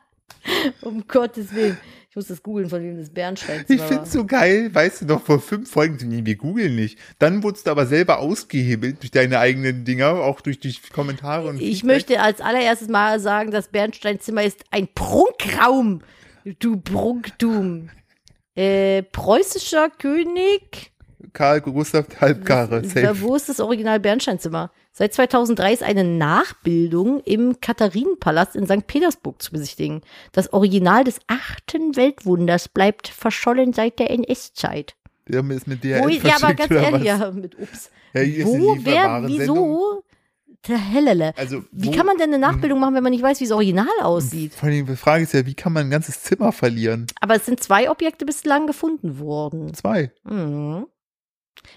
Speaker 2: um Gottes Willen. Ich muss das googeln, von wem das
Speaker 1: ich
Speaker 2: Bernsteinzimmer war.
Speaker 1: find's so geil, weißt du noch, vor fünf Folgen, nee, wir googeln nicht. Dann wurdest du aber selber ausgehebelt durch deine eigenen Dinger, auch durch die Kommentare und
Speaker 2: Ich
Speaker 1: Feedback.
Speaker 2: möchte als allererstes mal sagen, das Bernsteinzimmer ist ein Prunkraum. Du Prunktum. Äh, preußischer König.
Speaker 1: Karl Gustav der Halbgare,
Speaker 2: Da,
Speaker 1: safe.
Speaker 2: wo ist das Original Bernsteinzimmer? Seit 2003 ist eine Nachbildung im Katharinenpalast in St. Petersburg zu besichtigen. Das Original des achten Weltwunders bleibt verschollen seit der NS-Zeit.
Speaker 1: Der ist mit
Speaker 2: Wo-
Speaker 1: DHL
Speaker 2: Ja, aber
Speaker 1: verschickt,
Speaker 2: ganz
Speaker 1: oder
Speaker 2: ehrlich,
Speaker 1: was?
Speaker 2: ja, mit Ups.
Speaker 1: Ja, hier ist eine
Speaker 2: Wo, wer,
Speaker 1: lieferbare Sendung.
Speaker 2: wieso? Der Hellele.
Speaker 1: Also,
Speaker 2: Wie
Speaker 1: wo-
Speaker 2: kann man denn eine Nachbildung machen, wenn man nicht weiß, wie das Original aussieht?
Speaker 1: Vor allem, die Frage ist ja, wie kann man ein ganzes Zimmer verlieren?
Speaker 2: Aber es sind zwei Objekte bislang gefunden worden.
Speaker 1: Zwei.
Speaker 2: Mhm.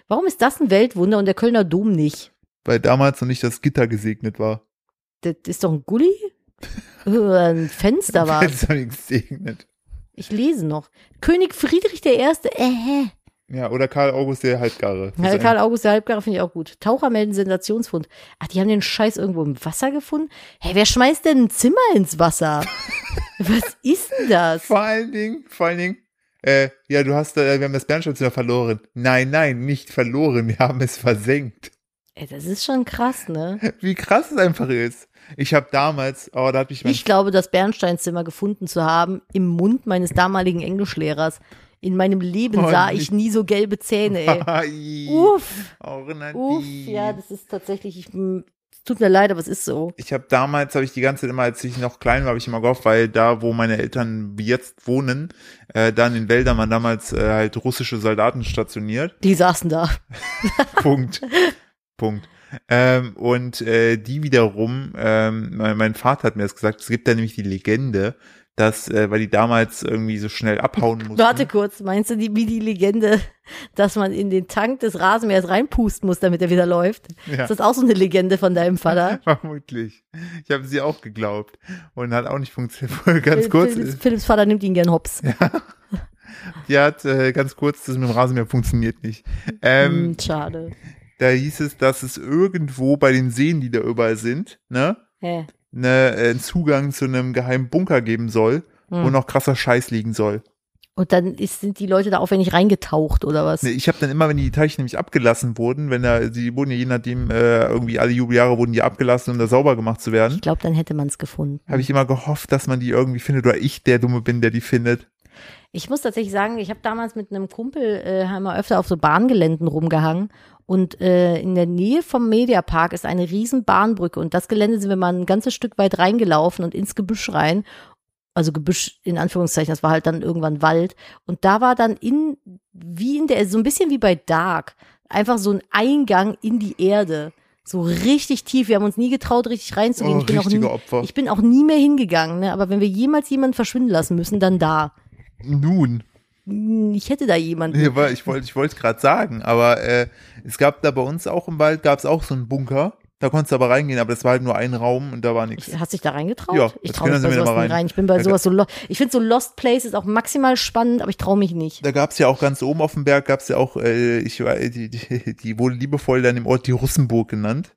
Speaker 2: Warum ist das ein Weltwunder und der Kölner Dom nicht?
Speaker 1: Weil damals noch nicht das Gitter gesegnet war.
Speaker 2: Das ist doch ein Gully? Äh, ein Fenster war
Speaker 1: Weil es noch nichts gesegnet.
Speaker 2: Ich lese noch. König Friedrich I. Äh,
Speaker 1: Ja, oder Karl August der Halbgare. Das
Speaker 2: Ja,
Speaker 1: ist
Speaker 2: Karl August der Halbgare finde ich auch gut. Taucher melden Sensationsfund. Ach, die haben den Scheiß irgendwo im Wasser gefunden? Hey, wer schmeißt denn ein Zimmer ins Wasser? Was ist denn das?
Speaker 1: Vor allen Dingen, vor allen Dingen, äh, ja, du hast, äh, wir haben das Bernsteinzimmer verloren. Nein, nein, nicht verloren, wir haben es versenkt.
Speaker 2: Ey, das ist schon krass, ne?
Speaker 1: Wie krass es einfach ist. Ich habe damals, oh, da hat mich mein,
Speaker 2: Ich glaube, das Bernsteinzimmer gefunden zu haben im Mund meines damaligen Englischlehrers. In meinem Leben
Speaker 1: Oh,
Speaker 2: sah
Speaker 1: nicht.
Speaker 2: ich nie so gelbe Zähne, ey.
Speaker 1: Ai,
Speaker 2: Uff,
Speaker 1: auch in der
Speaker 2: uff,
Speaker 1: Die.
Speaker 2: ja, das ist tatsächlich, ich, m, es tut mir leid, aber es ist so.
Speaker 1: ich habe damals, habe ich die ganze Zeit immer, als ich noch klein war, habe ich immer gehofft, weil da, wo meine Eltern jetzt wohnen, äh, da in den Wäldern waren damals äh, halt russische Soldaten stationiert.
Speaker 2: Die saßen da.
Speaker 1: Punkt. Punkt. Ähm, und äh, die wiederum, ähm, mein, mein Vater hat mir das gesagt, es gibt da nämlich die Legende, dass, äh, weil die damals irgendwie so schnell abhauen mussten.
Speaker 2: Warte kurz, meinst du die, wie die Legende, dass man in den Tank des Rasenmähers reinpusten muss, damit er wieder läuft?
Speaker 1: Ja.
Speaker 2: Ist das auch so eine Legende von deinem Vater?
Speaker 1: Vermutlich. Ich habe sie auch geglaubt und hat auch nicht funktioniert. Ganz kurz,
Speaker 2: Philipps, Philipps Vater nimmt ihn gern hops.
Speaker 1: die hat äh, ganz kurz, das mit dem Rasenmäher funktioniert nicht. Ähm,
Speaker 2: Hm, schade.
Speaker 1: Da hieß es, dass es irgendwo bei den Seen, die da überall sind, ne,
Speaker 2: Hä?
Speaker 1: ne, äh, einen Zugang zu einem geheimen Bunker geben soll, wo
Speaker 2: Hm.
Speaker 1: noch krasser Scheiß liegen soll.
Speaker 2: Und dann ist, sind die Leute da aufwendig reingetaucht oder was?
Speaker 1: Ne, Ich habe dann immer, wenn die Teilchen nämlich abgelassen wurden, wenn da, die wurden ja je nachdem, äh, irgendwie alle Jubeljahre wurden die abgelassen, um da sauber gemacht zu werden,
Speaker 2: Ich glaube, dann hätte man es gefunden.
Speaker 1: habe ich immer gehofft, dass man die irgendwie findet oder ich der Dumme bin, der die findet.
Speaker 2: Ich muss tatsächlich sagen, ich habe damals mit einem Kumpel, äh, haben wir öfter auf so Bahngeländen rumgehangen. Und äh, in der Nähe vom Mediapark ist eine riesen Bahnbrücke. Und das Gelände sind wir mal ein ganzes Stück weit reingelaufen und ins Gebüsch rein. Also Gebüsch in Anführungszeichen, das war halt dann irgendwann Wald. Und da war dann in, wie in der, so ein bisschen wie bei Dark, einfach so ein Eingang in die Erde. So richtig tief. Wir haben uns nie getraut, richtig reinzugehen.
Speaker 1: Oh,
Speaker 2: ich, bin auch nie,
Speaker 1: richtige Opfer.
Speaker 2: ich bin auch nie mehr hingegangen. Ne? Aber wenn wir jemals jemanden verschwinden lassen müssen, dann da.
Speaker 1: Nun.
Speaker 2: Hm, ich hätte da jemanden.
Speaker 1: Ja, weil ich wollte ich wollte gerade sagen, aber äh, es gab da bei uns auch im Wald, gab es auch so einen Bunker. Da konntest du aber reingehen, aber das war halt nur ein Raum und da war nichts.
Speaker 2: Ich, hast dich da reingetraut?
Speaker 1: Ja,
Speaker 2: ich
Speaker 1: als
Speaker 2: traue
Speaker 1: Kinder
Speaker 2: mich bei
Speaker 1: sind wir
Speaker 2: sowas
Speaker 1: da mal
Speaker 2: nicht
Speaker 1: rein.
Speaker 2: rein. Ich bin bei
Speaker 1: Ja,
Speaker 2: sowas so lo Ich finde so Lost Places auch maximal spannend, aber ich traue mich nicht.
Speaker 1: Da gab es ja auch ganz oben auf dem Berg, gab es ja auch, äh, ich, war- die, die, die wurde liebevoll dann im Ort die Russenburg genannt.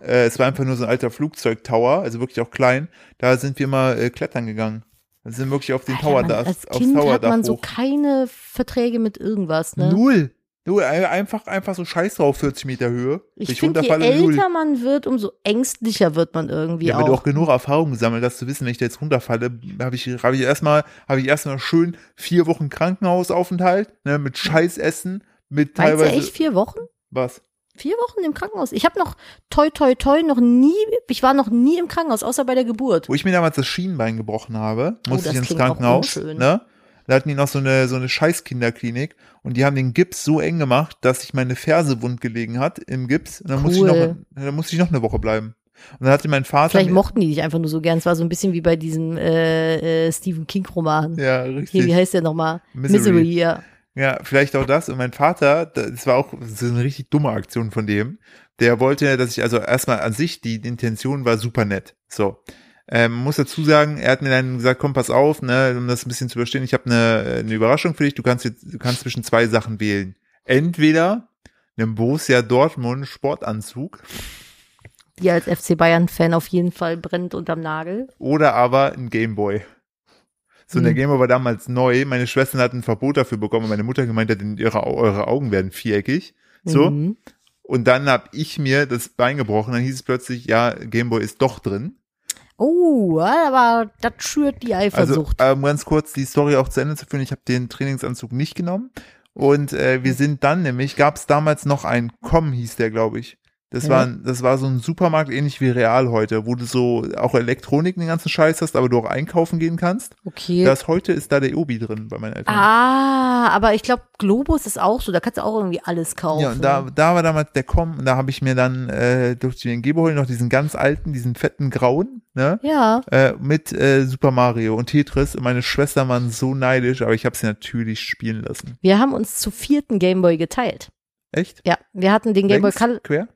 Speaker 1: Äh, es war einfach nur so ein alter Flugzeugtower, also wirklich auch klein. Da sind wir mal äh, klettern gegangen. Da sind wir wirklich auf den
Speaker 2: Alter,
Speaker 1: Tower
Speaker 2: man,
Speaker 1: da,
Speaker 2: als
Speaker 1: aufs
Speaker 2: Kind
Speaker 1: Tower
Speaker 2: hat
Speaker 1: da
Speaker 2: man so
Speaker 1: hoch.
Speaker 2: keine Verträge mit irgendwas. Ne?
Speaker 1: Null. Null, ein- einfach, einfach so scheiß drauf, 40 Meter Höhe.
Speaker 2: ich finde, je älter man wird, umso ängstlicher wird man irgendwie
Speaker 1: Ja, aber du auch
Speaker 2: auch.
Speaker 1: genug Erfahrung gesammelt, dass du wissen, wenn ich da jetzt runterfalle, habe ich, hab ich erstmal, habe ich erstmal schön vier Wochen Krankenhausaufenthalt, ne, mit Scheißessen, mit
Speaker 2: Mhm. Meinst du
Speaker 1: teilweise
Speaker 2: echt vier Wochen?
Speaker 1: was.
Speaker 2: Vier Wochen im Krankenhaus. Ich habe noch toi toi toi noch nie, ich war noch nie im Krankenhaus, außer bei der Geburt.
Speaker 1: Wo ich mir damals das Schienenbein gebrochen habe,
Speaker 2: Oh,
Speaker 1: musste
Speaker 2: das
Speaker 1: ich ins
Speaker 2: klingt auch
Speaker 1: Krankenhaus.
Speaker 2: unschön.
Speaker 1: Ne? Da hatten die noch so eine, so eine Scheißkinderklinik und die haben den Gips so eng gemacht, dass sich meine Ferse wund gelegen hat im Gips. Und dann musste ich noch,
Speaker 2: Cool.
Speaker 1: dann musste ich noch eine Woche bleiben. Und dann hatte mein Vater.
Speaker 2: Vielleicht
Speaker 1: mir,
Speaker 2: mochten die dich einfach nur so gern. Es war so ein bisschen wie bei diesem äh, äh, Stephen King Roman.
Speaker 1: ja,
Speaker 2: Hier,
Speaker 1: richtig.
Speaker 2: wie heißt der nochmal?
Speaker 1: Misery.
Speaker 2: Misery ja.
Speaker 1: Ja, vielleicht auch das. Und mein Vater, das war auch so eine richtig dumme Aktion von dem. Der wollte, dass ich also erstmal an sich, die Intention war super nett. So. Ähm, muss dazu sagen, er hat mir dann gesagt, komm, pass auf, ne, um das ein bisschen zu verstehen, ich habe eine, äh, eine Überraschung für dich. Du kannst jetzt, du kannst zwischen zwei Sachen wählen. Entweder einen Borussia Dortmund Sportanzug
Speaker 2: die als FC Bayern-Fan auf jeden Fall brennt unterm Nagel.
Speaker 1: oder aber ein Gameboy. So, und der
Speaker 2: Hm.
Speaker 1: Gameboy war damals neu. Meine Schwestern hatten ein Verbot dafür bekommen. und Meine Mutter gemeint hat, ihre, eure Augen werden viereckig. So.
Speaker 2: Mhm.
Speaker 1: Und dann hab ich mir das Bein gebrochen. Dann hieß es plötzlich, ja, Gameboy ist doch drin.
Speaker 2: Oh, aber das schürt die Eifersucht.
Speaker 1: Also ähm, ganz kurz die Story auch zu Ende zu führen. Ich habe den Trainingsanzug nicht genommen. Und äh,
Speaker 2: Mhm.
Speaker 1: wir sind dann nämlich, gab es damals noch ein Com, hieß der, glaube ich. Das,
Speaker 2: Ja.
Speaker 1: war, ein- das war so ein Supermarkt, ähnlich wie Real heute, wo du so auch Elektronik den ganzen Scheiß hast, aber du auch einkaufen gehen kannst.
Speaker 2: okay.
Speaker 1: äh, Das heute ist da der Obi drin bei meinen Eltern.
Speaker 2: ah, aber ich glaube, Globus ist auch so. Da kannst du auch irgendwie alles kaufen.
Speaker 1: Ja, und da, da war damals der Com und da habe ich mir dann, äh, durfte ich mir den Gameboy holen, noch diesen ganz alten, diesen fetten grauen, ne?
Speaker 2: ja.
Speaker 1: äh, mit äh, Super Mario und Tetris. Und meine Schwestern waren so neidisch, aber ich habe sie natürlich spielen lassen.
Speaker 2: Wir haben uns zu vierten Gameboy geteilt.
Speaker 1: Echt?
Speaker 2: Ja, wir hatten den Gameboy
Speaker 1: Längs?
Speaker 2: Color
Speaker 1: Quer?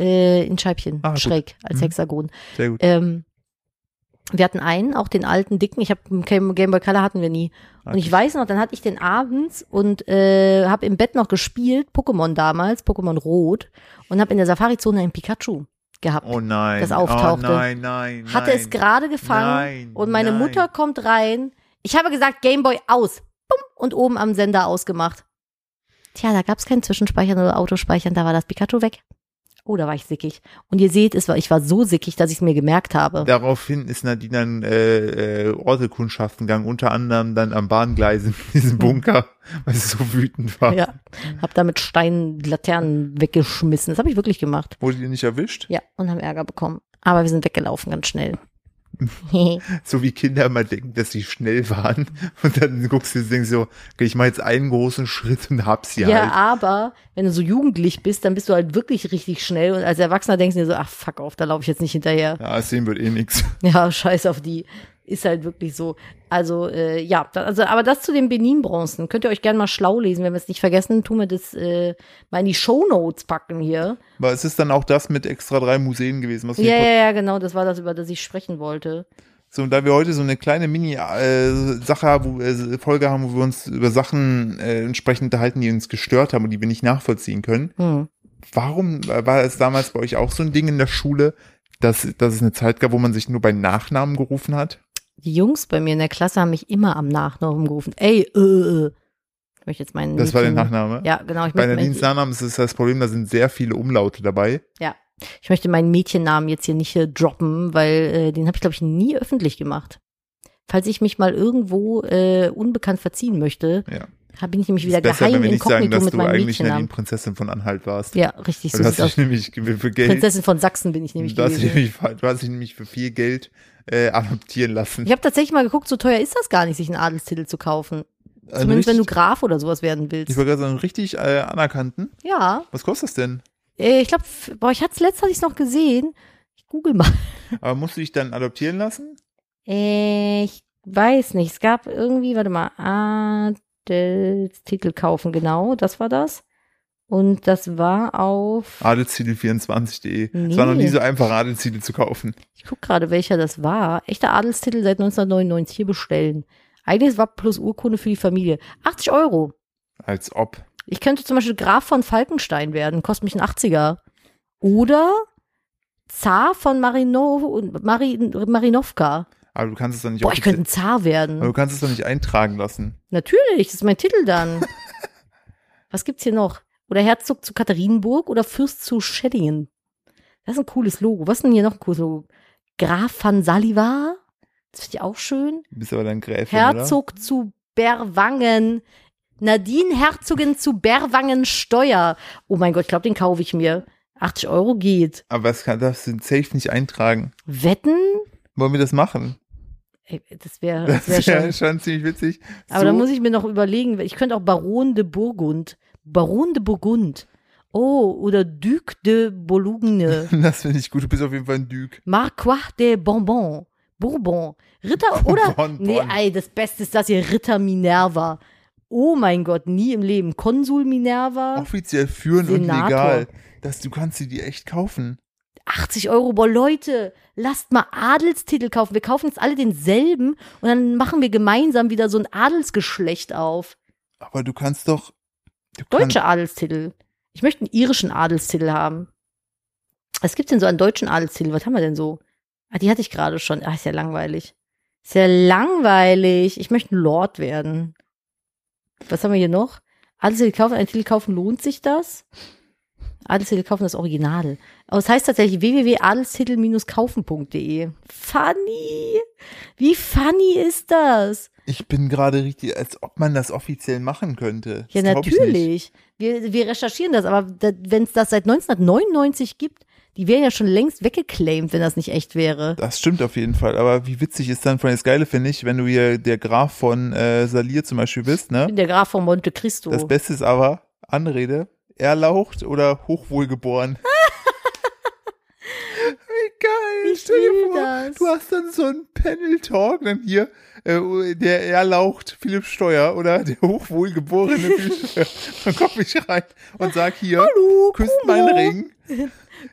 Speaker 2: äh, in Scheibchen,
Speaker 1: Ah, gut.
Speaker 2: schräg, als
Speaker 1: Mhm.
Speaker 2: Hexagon.
Speaker 1: Sehr gut.
Speaker 2: Ähm, wir hatten einen, auch den alten, dicken. Ich habe Game, Game Boy Color hatten wir nie. Und ich weiß noch, dann hatte ich den abends und äh, habe im Bett noch gespielt, Pokémon damals, Pokémon Rot, und habe in der Safari-Zone einen Pikachu gehabt.
Speaker 1: oh nein.
Speaker 2: das auftauchte.
Speaker 1: Oh nein, nein.
Speaker 2: hatte
Speaker 1: nein.
Speaker 2: es gerade gefangen
Speaker 1: Nein,
Speaker 2: und meine
Speaker 1: nein.
Speaker 2: Mutter kommt rein. Ich habe gesagt, Gameboy aus. Bumm, und oben am Sender ausgemacht. Tja, da gab es kein Zwischenspeichern oder Autospeichern, da war das Pikachu weg. Oh, da war ich sickig. Und ihr seht, es war, ich war so sickig, dass ich es mir gemerkt habe.
Speaker 1: Daraufhin ist Nadine dann äh, äh, Ortekundschaften gegangen, unter anderem dann am Bahngleis in diesem Bunker, weil sie so wütend war.
Speaker 2: Mhm. Ja, hab da mit Steinen Laternen weggeschmissen. Das habe ich wirklich gemacht.
Speaker 1: Wurde ihr nicht erwischt?
Speaker 2: Ja, und haben Ärger bekommen. Aber wir sind weggelaufen ganz schnell.
Speaker 1: So wie Kinder immer denken, dass sie schnell waren. Und dann guckst du und denkst so, okay, ich mache jetzt einen großen Schritt und hab sie
Speaker 2: ja,
Speaker 1: halt.
Speaker 2: aber wenn du so jugendlich bist, dann bist du halt wirklich richtig schnell. Und als Erwachsener denkst du dir so, ach fuck auf, da laufe ich jetzt nicht hinterher.
Speaker 1: Ja, sehen wird eh nix.
Speaker 2: Ja, scheiß auf die. Ist halt wirklich so. Also, äh, ja, da- also, aber das zu den Benin-Bronzen. Könnt ihr euch gerne mal schlau lesen, wenn wir es nicht vergessen, tun wir das äh, mal in die Shownotes packen hier.
Speaker 1: Aber es ist dann auch das mit extra drei Museen gewesen, was wir
Speaker 2: Ja, ja, ja, genau, das war das, über das ich sprechen wollte.
Speaker 1: So, und da wir heute so eine kleine Mini-Sache haben, wo, äh, Folge haben, wo wir uns über Sachen äh, entsprechend unterhalten, die uns gestört haben und die wir nicht nachvollziehen können,
Speaker 2: Hm.
Speaker 1: warum äh, war es damals bei euch auch so ein Ding in der Schule, dass, dass es eine Zeit gab, wo man sich nur bei Nachnamen gerufen hat?
Speaker 2: Die Jungs bei mir in der Klasse haben mich immer am Nachnamen gerufen. Ey, äh, äh. Ich möchte jetzt meinen.
Speaker 1: Das war der
Speaker 2: Mädchen-
Speaker 1: Nachname?
Speaker 2: Ja, genau. Ich
Speaker 1: Bei
Speaker 2: möchte,
Speaker 1: den
Speaker 2: meinen,
Speaker 1: Dienstnachnamen ist es das Problem, da sind sehr viele Umlaute dabei.
Speaker 2: ja. ich möchte meinen Mädchennamen jetzt hier nicht hier droppen, weil äh, den habe ich, glaube ich, nie öffentlich gemacht. Falls ich mich mal irgendwo äh, unbekannt verziehen möchte,
Speaker 1: Ja.
Speaker 2: hab- bin ich nämlich wieder
Speaker 1: ist besser,
Speaker 2: geheim
Speaker 1: wenn wir nicht sagen,
Speaker 2: inkognito
Speaker 1: dass
Speaker 2: mit
Speaker 1: du
Speaker 2: meinem
Speaker 1: eigentlich Nadine
Speaker 2: Mädchennamen.
Speaker 1: Prinzessin von Anhalt warst.
Speaker 2: Ja, richtig.
Speaker 1: Weil
Speaker 2: So
Speaker 1: du
Speaker 2: sieht's
Speaker 1: hast dich
Speaker 2: aus.
Speaker 1: nämlich ge- für Geld,
Speaker 2: Prinzessin von Sachsen bin ich nämlich
Speaker 1: du hast, dich
Speaker 2: gewesen.
Speaker 1: nämlich, du hast dich nämlich für viel Geld äh, adoptieren lassen.
Speaker 2: Ich habe tatsächlich mal geguckt, so teuer ist das gar nicht, sich einen Adelstitel zu kaufen.
Speaker 1: Ein
Speaker 2: Zumindest wenn du
Speaker 1: richtig-
Speaker 2: Graf oder sowas werden willst.
Speaker 1: Also Ich wollte gerade sagen, richtig äh, anerkannten.
Speaker 2: Ja,
Speaker 1: Was kostet das denn?
Speaker 2: Äh, ich glaube, boah, ich hatte letztes hatte ich es noch gesehen. Ich google mal.
Speaker 1: Aber musst du dich dann adoptieren lassen?
Speaker 2: Äh, Ich weiß nicht, es gab irgendwie, warte mal, Adelstitel kaufen, genau, das war das. Und das war
Speaker 1: Ah.
Speaker 2: auf,
Speaker 1: Adelstitel24.de.
Speaker 2: Nee.
Speaker 1: Es war noch nie so einfach, Adelstitel zu kaufen.
Speaker 2: ich guck gerade, welcher das war. Echter Adelstitel seit 1999 hier bestellen. Eigentlich war plus Urkunde für die Familie. 80 Euro.
Speaker 1: Als ob.
Speaker 2: Ich könnte zum Beispiel Graf von Falkenstein werden, kostet mich ein 80er. Oder Zar von Marino, und Marin, Marinowka.
Speaker 1: Aber du kannst es dann nicht
Speaker 2: Boah, ich könnte
Speaker 1: offiziell-
Speaker 2: ein Zar
Speaker 1: aber
Speaker 2: werden.
Speaker 1: du kannst es doch nicht eintragen lassen.
Speaker 2: Natürlich, das ist mein Titel dann. Was gibt's hier noch? Oder Herzog zu Katharinenburg oder Fürst zu Schädingen. Das ist ein cooles Logo. Was ist denn hier noch ein cooles Logo? Graf von Saliva? Das finde ich auch schön.
Speaker 1: Du bist aber dann Gräfin,
Speaker 2: Herzog zu Berwangen. Nadine Herzogin zu Berwangen Steuer. Oh mein Gott, ich glaube, den kaufe ich mir. 80 Euro geht.
Speaker 1: oder? Aber das kann, darfst du safe nicht eintragen.
Speaker 2: Wetten?
Speaker 1: Wollen wir das machen?
Speaker 2: Ey, Das wäre
Speaker 1: Das
Speaker 2: das wär
Speaker 1: wäre
Speaker 2: schon.
Speaker 1: schon ziemlich witzig.
Speaker 2: Aber
Speaker 1: so,
Speaker 2: da muss ich mir noch überlegen, ich könnte auch Baron de Burgund. Baron de Burgund. Oh, oder Duc de Boulogne.
Speaker 1: das finde ich gut. Du bist auf jeden Fall ein Duke.
Speaker 2: Marquis de Bonbon. Bourbon. Ritter oder.
Speaker 1: Bonbon.
Speaker 2: Nee, ey, das Beste ist das hier, Ritter Minerva. Oh mein Gott, nie im Leben. Konsul Minerva.
Speaker 1: Offiziell führen und
Speaker 2: Senator.
Speaker 1: legal. Das, du kannst sie die echt kaufen.
Speaker 2: 80 Euro, boah, Leute, lasst mal Adelstitel kaufen. Wir kaufen jetzt alle denselben und dann machen wir gemeinsam wieder so ein Adelsgeschlecht auf.
Speaker 1: Aber du kannst doch. Du
Speaker 2: Deutsche Adelstitel. Ich möchte einen irischen Adelstitel haben. Was gibt's denn so an deutschen Adelstitel? Was haben wir denn so? Ah, die hatte ich gerade schon. Ah, ist ja langweilig. Ist ja langweilig. Ich möchte ein Lord werden. Was haben wir hier noch? Adelstitel kaufen, einen Titel kaufen, lohnt sich das? Adelstitel kaufen, das Original. Aber es heißt tatsächlich www.adelstitel-kaufen.de. Funny! Wie funny ist das?
Speaker 1: Ich bin gerade richtig, als ob man das offiziell machen könnte.
Speaker 2: Ja,
Speaker 1: Das glaub ich nicht.
Speaker 2: natürlich. Wir, wir recherchieren das, aber wenn es das seit 1999 gibt, die wären ja schon längst weggeclaimed, wenn das nicht echt wäre.
Speaker 1: Das stimmt auf jeden Fall. Aber wie witzig ist dann von das Geile, finde ich, wenn du hier der Graf von äh, Salir zum Beispiel bist,
Speaker 2: Ich
Speaker 1: ne?
Speaker 2: bin der Graf von Monte Cristo.
Speaker 1: Das Beste ist aber, Anrede, erlaucht oder hochwohlgeboren. wie geil.
Speaker 2: Ich
Speaker 1: Stell dir
Speaker 2: will
Speaker 1: vor,
Speaker 2: das.
Speaker 1: Du hast dann so einen Panel-Talk, dann hier äh, der erlaucht Philipp Steuer oder der hochwohlgeborene Philipp Steuer. Dann komm ich rein und sag hier,
Speaker 2: Hallo,
Speaker 1: küsst
Speaker 2: Kumo.
Speaker 1: meinen Ring. Ich hab-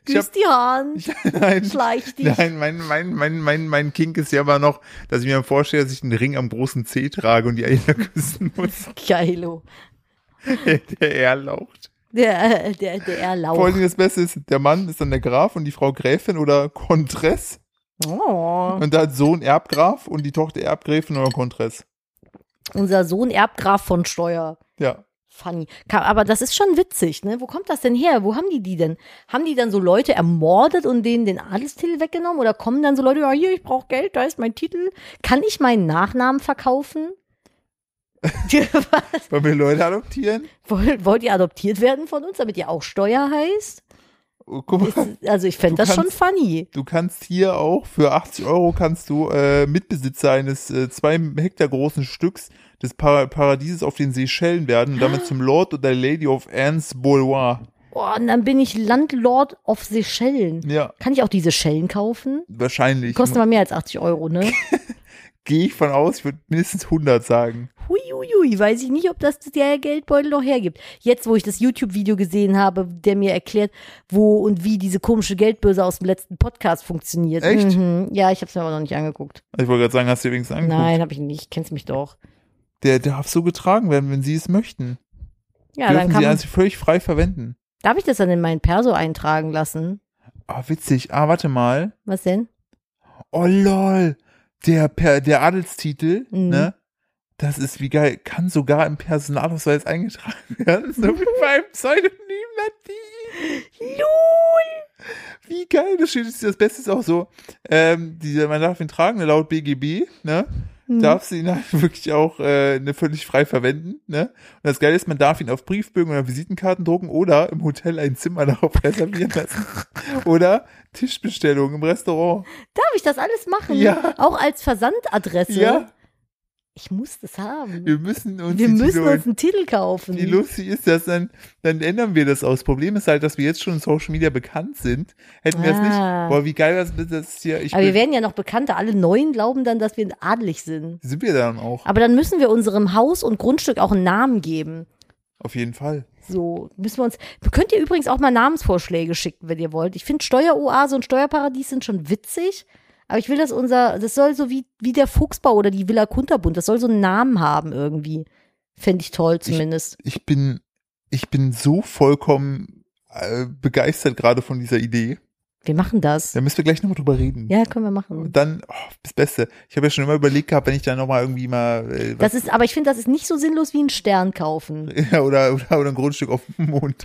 Speaker 2: Küss die Hand,
Speaker 1: Nein,
Speaker 2: schleich dich.
Speaker 1: Nein, mein, mein, mein, mein, mein Kink ist ja aber noch, dass ich mir vorstelle, dass ich einen Ring am großen C trage und die Eier küssen muss.
Speaker 2: Geilo.
Speaker 1: Der erlaucht.
Speaker 2: Der, äh, der, der
Speaker 1: Vor allen
Speaker 2: Erlauch.
Speaker 1: Dingen das Beste ist, der Mann ist dann der Graf und die Frau Gräfin oder Kontress.
Speaker 2: Oh.
Speaker 1: Und da hat Sohn Erbgraf und die Tochter Erbgräfin oder Kontress.
Speaker 2: Unser Sohn Erbgraf von Steuer.
Speaker 1: Ja.
Speaker 2: Funny. Ka- Aber das ist schon witzig, ne? Wo kommt das denn her? Wo haben die die denn? Haben die dann so Leute ermordet und denen den Adelstitel weggenommen? Oder kommen dann so Leute, ja, hier, ich brauche Geld, da ist mein Titel. Kann ich meinen Nachnamen verkaufen? Was?
Speaker 1: Wollen wir Leute adoptieren?
Speaker 2: Wollt, wollt ihr adoptiert werden von uns, damit ihr auch Steuer heißt?
Speaker 1: Oh, guck mal.
Speaker 2: Ist, also ich fände
Speaker 1: Du
Speaker 2: das schon
Speaker 1: kannst-
Speaker 2: funny.
Speaker 1: Du kannst hier auch für 80 Euro kannst du äh, Mitbesitzer eines äh, zwei Hektar großen Stücks des Para Paradieses auf den Seychellen werden und damit zum Lord oder Lady of Anne's Boudoir.
Speaker 2: Oh, und dann bin ich Landlord of Seychellen.
Speaker 1: Ja,
Speaker 2: Kann ich auch diese Schellen kaufen?
Speaker 1: wahrscheinlich.
Speaker 2: Kosten aber mehr als 80 Euro, ne?
Speaker 1: gehe ich von aus, ich würde mindestens 100 sagen.
Speaker 2: Huiuiui, weiß ich nicht, ob das der Geldbeutel noch hergibt. Jetzt, wo ich das YouTube-Video gesehen habe, der mir erklärt, wo und wie diese komische Geldbörse aus dem letzten Podcast funktioniert.
Speaker 1: Echt?
Speaker 2: Mhm. Ja, ich habe es mir aber noch nicht angeguckt.
Speaker 1: Also ich wollte gerade sagen, hast du dir wenigstens angeguckt.
Speaker 2: Nein, habe ich nicht. Kennst mich doch.
Speaker 1: Der darf so getragen werden, wenn sie es möchten.
Speaker 2: Ja,
Speaker 1: Dürfen
Speaker 2: dann kann
Speaker 1: sie
Speaker 2: man,
Speaker 1: also völlig frei verwenden.
Speaker 2: darf ich das dann in meinen Perso eintragen lassen?
Speaker 1: Ah, witzig. Ah, warte mal.
Speaker 2: Was denn?
Speaker 1: Oh lol. Der, per, der Adelstitel,
Speaker 2: Mhm.
Speaker 1: ne? Das ist wie geil. Kann sogar im Personalausweis eingetragen werden. So wie beim Pseudonym Nadine.
Speaker 2: Lul!
Speaker 1: Wie geil. Das steht das Beste ist auch so. Ähm, dieser, man darf ihn tragen, ne, laut BGB, ne? Darf sie ihn halt wirklich auch äh, ne, völlig frei verwenden, ne? Und das Geile ist, man darf ihn auf Briefbögen oder Visitenkarten drucken oder im Hotel ein Zimmer darauf reservieren lassen. oder Tischbestellung im Restaurant.
Speaker 2: Darf ich das alles machen?
Speaker 1: Ja.
Speaker 2: Auch als Versandadresse?
Speaker 1: Ja.
Speaker 2: Ich muss das haben.
Speaker 1: Wir müssen uns
Speaker 2: Wir
Speaker 1: die
Speaker 2: müssen
Speaker 1: Titel
Speaker 2: uns einen Titel kaufen.
Speaker 1: holen. Wie lustig ist das dann? Dann ändern wir das aus. Das Problem ist halt, dass wir jetzt schon in Social Media bekannt sind. Hätten wir das nicht.
Speaker 2: Ah.
Speaker 1: Boah, wie geil das ist das hier. Ich
Speaker 2: Aber wir
Speaker 1: bin,
Speaker 2: werden ja noch bekannter. Alle Neuen glauben dann, dass wir adelig sind.
Speaker 1: sind wir dann auch.
Speaker 2: Aber dann müssen wir unserem Haus und Grundstück auch einen Namen geben.
Speaker 1: Auf jeden Fall.
Speaker 2: So, müssen wir uns. Könnt ihr übrigens auch mal Namensvorschläge schicken, wenn ihr wollt. Ich finde Steueroase und Steuerparadies sind schon witzig, aber ich will, dass unser, das soll so wie, wie der Fuchsbau oder die Villa Kunterbund, das soll so einen Namen haben irgendwie. Fände ich toll zumindest.
Speaker 1: Ich bin, ich bin so vollkommen äh, begeistert gerade von dieser Idee.
Speaker 2: wir machen das.
Speaker 1: Da müssen wir gleich nochmal drüber reden.
Speaker 2: Ja, können wir machen.
Speaker 1: Und dann, oh, das Beste. Ich habe ja schon immer überlegt gehabt, wenn ich da nochmal irgendwie mal äh, was
Speaker 2: Das ist, aber ich finde, das ist nicht so sinnlos wie ein Stern kaufen.
Speaker 1: oder, oder, oder ein Grundstück auf dem Mond.